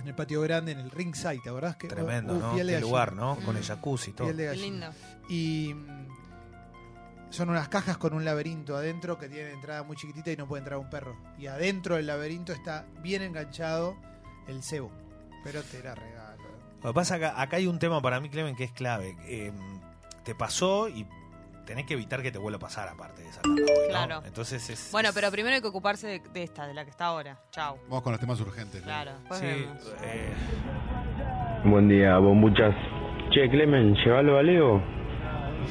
Speaker 1: En el patio grande, en el ringside, ¿te acordás? Que,
Speaker 2: Tremendo,
Speaker 1: uh,
Speaker 2: ¿no?
Speaker 1: piel de
Speaker 2: Qué
Speaker 1: gallina.
Speaker 2: lugar, ¿no? Con el
Speaker 3: Mm.
Speaker 2: jacuzzi y todo.
Speaker 1: Piel de
Speaker 3: Qué
Speaker 1: gallina.
Speaker 3: lindo.
Speaker 1: Y mm, son unas cajas con un laberinto adentro que tienen entrada muy chiquitita y no puede entrar un perro. Y adentro del laberinto está bien enganchado el cebo. Pero te la regalo.
Speaker 2: Lo que pasa es que acá, acá hay un tema para mí, Clemen, que es clave. Eh, te pasó y tenés que evitar que te vuelva a pasar aparte de esa carga hoy, ¿no?
Speaker 3: Claro.
Speaker 2: Entonces es...
Speaker 3: Bueno, pero primero hay que ocuparse de, de esta, de la que está ahora. Chau.
Speaker 4: Vamos con los temas urgentes. ¿no?
Speaker 3: Claro. Después
Speaker 2: Sí,
Speaker 3: vemos.
Speaker 2: eh,
Speaker 8: Buen día, bombuchas. Che, Clemen, llévalo a Leo.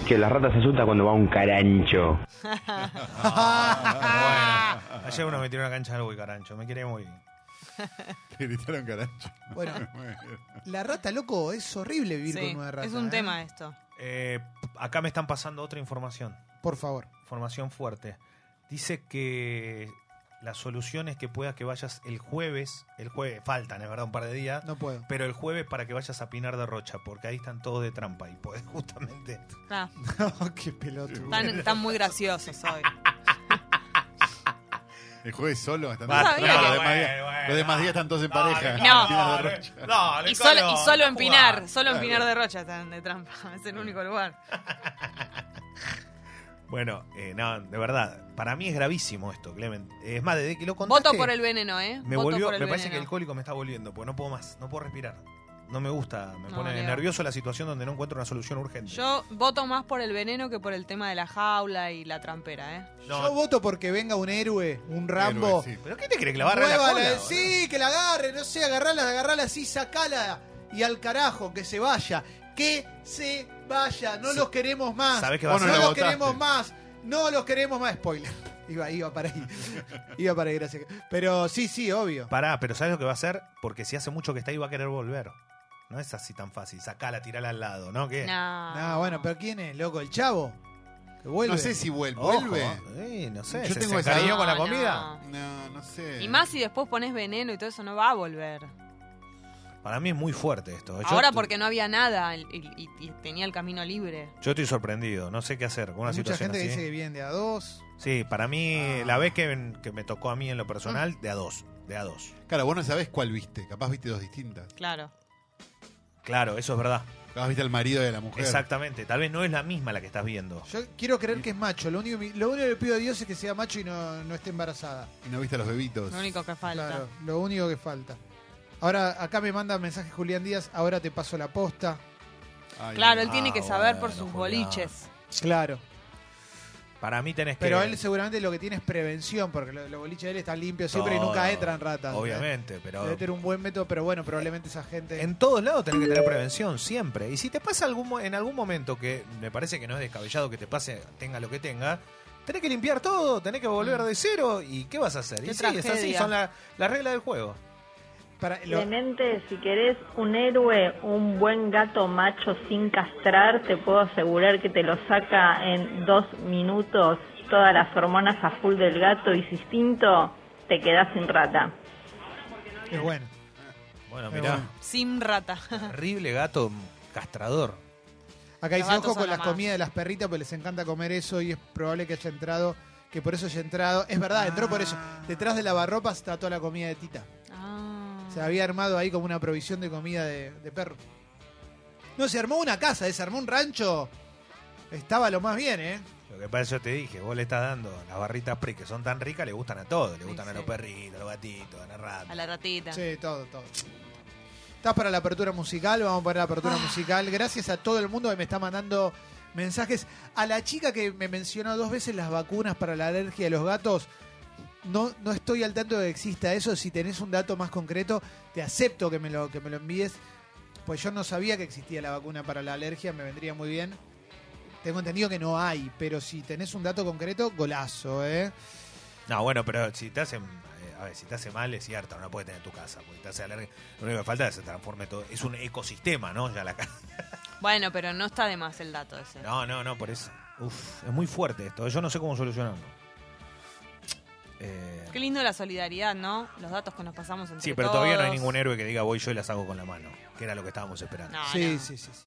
Speaker 8: Que la rata se asusta cuando va un carancho.
Speaker 2: ah, bueno. Ayer uno metió una cancha al Carancho. Me quiere muy.
Speaker 4: Te (laughs) gritaron carancho.
Speaker 1: Bueno.
Speaker 4: (laughs)
Speaker 1: La rata, loco, es horrible vivir
Speaker 3: Sí,
Speaker 1: con una rata.
Speaker 3: es un
Speaker 1: ¿eh?
Speaker 3: tema esto.
Speaker 2: Eh, acá me están pasando otra información.
Speaker 1: Por favor.
Speaker 2: Información fuerte. Dice que la solución es que puedas que vayas el jueves. El jueves, faltan, es verdad, un par de días.
Speaker 1: No
Speaker 4: (laughs)
Speaker 1: puedo. (laughs)
Speaker 2: Pero el jueves para que vayas a Pinar de Rocha, porque ahí están todos de trampa y podés (laughs) justamente.
Speaker 3: Ah,
Speaker 1: No, qué pelotudo.
Speaker 3: están, están muy graciosos
Speaker 2: (laughs)
Speaker 3: hoy.
Speaker 4: El jueves solo. Están
Speaker 2: Va,
Speaker 4: todos-
Speaker 3: sabía
Speaker 4: Claro,
Speaker 3: que-
Speaker 4: los, demás días,
Speaker 2: bueno,
Speaker 4: los demás días están todos en pareja.
Speaker 3: No.
Speaker 4: Tiran la rocha.
Speaker 2: Dale,
Speaker 3: Y solo, y
Speaker 2: Colo,
Speaker 3: solo
Speaker 2: no
Speaker 3: en Pinar,
Speaker 2: jugás.
Speaker 3: solo en
Speaker 4: Claro.
Speaker 3: Pinar de Rocha están de trampa. (laughs) Es el único lugar.
Speaker 2: Bueno, eh, no, de verdad, para mí es gravísimo esto, Clement. Eh, Es más, desde que lo contaste.
Speaker 3: Voto por el veneno, ¿eh?
Speaker 2: Me
Speaker 3: Voto
Speaker 2: volvió,
Speaker 3: por
Speaker 2: me
Speaker 3: el
Speaker 2: parece que el
Speaker 3: veneno.
Speaker 2: cólico me está volviendo, porque no puedo más, no puedo respirar. No me gusta, me
Speaker 3: No,
Speaker 2: pone
Speaker 3: Leo.
Speaker 2: nervioso la situación donde no encuentro una solución urgente.
Speaker 3: Yo voto más por el veneno que por el tema de la jaula y la trampera, ¿eh?
Speaker 2: No.
Speaker 1: Yo voto porque venga un héroe, un Rambo.
Speaker 4: Héroe, sí.
Speaker 2: ¿Pero qué te crees que la va a agarrar la
Speaker 1: Muévala,
Speaker 2: cola,
Speaker 1: eh,
Speaker 2: boludo?
Speaker 1: sí, que la agarre, no sé, agarrala, agarrala así, sacala y al carajo, que se vaya. Que se vaya, no los queremos más.
Speaker 2: ¿Sabés qué
Speaker 1: no
Speaker 2: va a ser?
Speaker 1: los
Speaker 4: Vos no la
Speaker 1: queremos más,
Speaker 4: votaste.
Speaker 1: no los queremos más. Spoiler. (laughs) Iba, iba para
Speaker 2: (laughs)
Speaker 1: ahí. iba para ahí, gracias. Pero sí, sí, obvio.
Speaker 2: Pará, pero ¿sabes lo que va a hacer? Porque si hace mucho que está ahí va a querer volver. No es así tan fácil. Sacala, tirala al lado, ¿no? ¿Qué?
Speaker 3: No.
Speaker 1: No, Ah, bueno, pero ¿quién es, loco? ¿El chavo? Que vuelve.
Speaker 4: No sé si vuelve.
Speaker 2: Ojo,
Speaker 4: ¿Vuelve?
Speaker 2: eh, no sé.
Speaker 4: Yo
Speaker 2: ¿se-
Speaker 4: tengo
Speaker 2: ¿Se
Speaker 4: esa-
Speaker 2: encariñó con la
Speaker 3: No,
Speaker 2: comida?
Speaker 4: No, no sé.
Speaker 3: Y más si después pones veneno y todo eso no va a volver.
Speaker 2: Para mí es muy fuerte esto. Pues Yo
Speaker 3: Ahora
Speaker 2: estoy-
Speaker 3: porque no había nada y, y- y tenía el camino libre.
Speaker 2: Yo estoy sorprendido, no sé qué hacer con una
Speaker 1: Hay mucha
Speaker 2: situación
Speaker 1: gente que
Speaker 2: así.
Speaker 1: dice que viene de a dos.
Speaker 2: Sí, para mí,
Speaker 1: Ah.
Speaker 2: la vez que, que me tocó a mí en lo
Speaker 3: Mm.
Speaker 2: personal, de a dos. De a dos.
Speaker 4: Claro, vos no sabés cuál viste. Capaz viste dos distintas.
Speaker 3: Claro.
Speaker 2: Claro, eso es verdad.
Speaker 4: Capaz viste al marido de la mujer.
Speaker 2: Exactamente. Tal vez no es la misma la que estás viendo.
Speaker 1: Yo quiero creer que es macho. Lo único, lo único que le pido a Dios es que sea macho y no, no esté embarazada.
Speaker 4: Y no viste a los
Speaker 2: Pues
Speaker 4: bebitos.
Speaker 3: Lo único que falta.
Speaker 1: Claro, lo único que falta. Ahora, acá me manda mensaje Julián Díaz, ahora te paso la posta.
Speaker 4: Ay,
Speaker 3: Claro, él
Speaker 2: Ah,
Speaker 3: tiene que saber por
Speaker 2: bueno,
Speaker 3: sus
Speaker 2: Julián.
Speaker 3: boliches.
Speaker 1: Claro.
Speaker 2: Para mí tenés que.
Speaker 1: Pero él seguramente lo que tiene es prevención, porque lo- los boliches de él están limpios siempre y
Speaker 2: Todo.
Speaker 1: nunca entran ratas.
Speaker 2: Obviamente, pero.
Speaker 1: Debe tener un buen método, pero bueno, probablemente esa gente...
Speaker 2: En todos lados tenés que tener prevención, siempre. Y si te pasa algún, mo- en algún momento que me parece que no es descabellado que te pase, tenga lo que tenga, tenés que limpiar todo, tenés que volver de cero. ¿Y qué vas a hacer?
Speaker 3: Mm. Qué
Speaker 2: y sí, es así,
Speaker 3: tragedia.
Speaker 2: son la- las reglas del juego.
Speaker 1: Para, lo-
Speaker 10: Clemente, si querés un héroe, un buen gato macho sin castrar, te puedo asegurar que te lo saca en dos minutos todas las hormonas a full del gato y si es instinto, te quedás sin rata.
Speaker 1: es bueno.
Speaker 2: Bueno,
Speaker 1: Pero
Speaker 2: mirá,
Speaker 1: bueno.
Speaker 3: Sin rata.
Speaker 2: horrible gato castrador.
Speaker 1: Acá
Speaker 3: Los
Speaker 1: dice,
Speaker 3: gatos
Speaker 1: ojo
Speaker 3: son
Speaker 1: con
Speaker 3: la
Speaker 1: las
Speaker 3: más.
Speaker 1: comidas de las perritas, porque les encanta comer eso y es probable que haya entrado, que por eso haya entrado. Es verdad, entró por eso.
Speaker 2: Ah.
Speaker 1: Detrás de lavarropas está toda la comida de Tita.
Speaker 3: Ah.
Speaker 1: Se había armado ahí como una provisión de comida de, de perro. No, se armó una casa, eh, se armó un rancho. Estaba lo más bien, ¿eh?
Speaker 2: Lo que pasa, yo te dije, vos le estás dando las barritas PRI que son tan ricas, le gustan a todos. Le
Speaker 3: Sí,
Speaker 2: gustan a
Speaker 3: sí.
Speaker 2: los perritos, a los gatitos, a las ratas.
Speaker 3: A la ratita.
Speaker 1: Sí, todo, todo. ¿Estás para la apertura musical? Vamos a poner la apertura musical. Gracias a todo el mundo que me está mandando mensajes. A la chica que me mencionó dos veces las vacunas para la alergia de los gatos. No, no estoy al tanto de que exista eso. Si tenés un dato más concreto, te acepto que me lo, que me lo envíes. Pues yo no sabía que existía la vacuna para la alergia, me vendría muy bien. Tengo entendido que no hay, pero si tenés un dato concreto, golazo, ¿eh?
Speaker 2: No, bueno, pero si te hacen. eh, A ver, si te hace mal es cierto, no la puedes tener en tu casa, porque te hace alergia. Lo único que falta es que se transforme todo. Es un ecosistema, ¿no? Ya la casa.
Speaker 3: Bueno, pero no está de más el dato ese.
Speaker 2: No, no, no, por eso. Uf, es muy fuerte esto. Yo no sé cómo solucionarlo. Eh,
Speaker 3: Qué lindo la solidaridad, ¿no? Los datos que nos pasamos entre
Speaker 2: sí, pero todavía no hay
Speaker 3: todos.
Speaker 2: ningún héroe que diga voy yo y las hago con la mano, que era lo que estábamos esperando.
Speaker 3: Ah, No,
Speaker 1: sí,
Speaker 3: no.
Speaker 1: sí, sí, sí.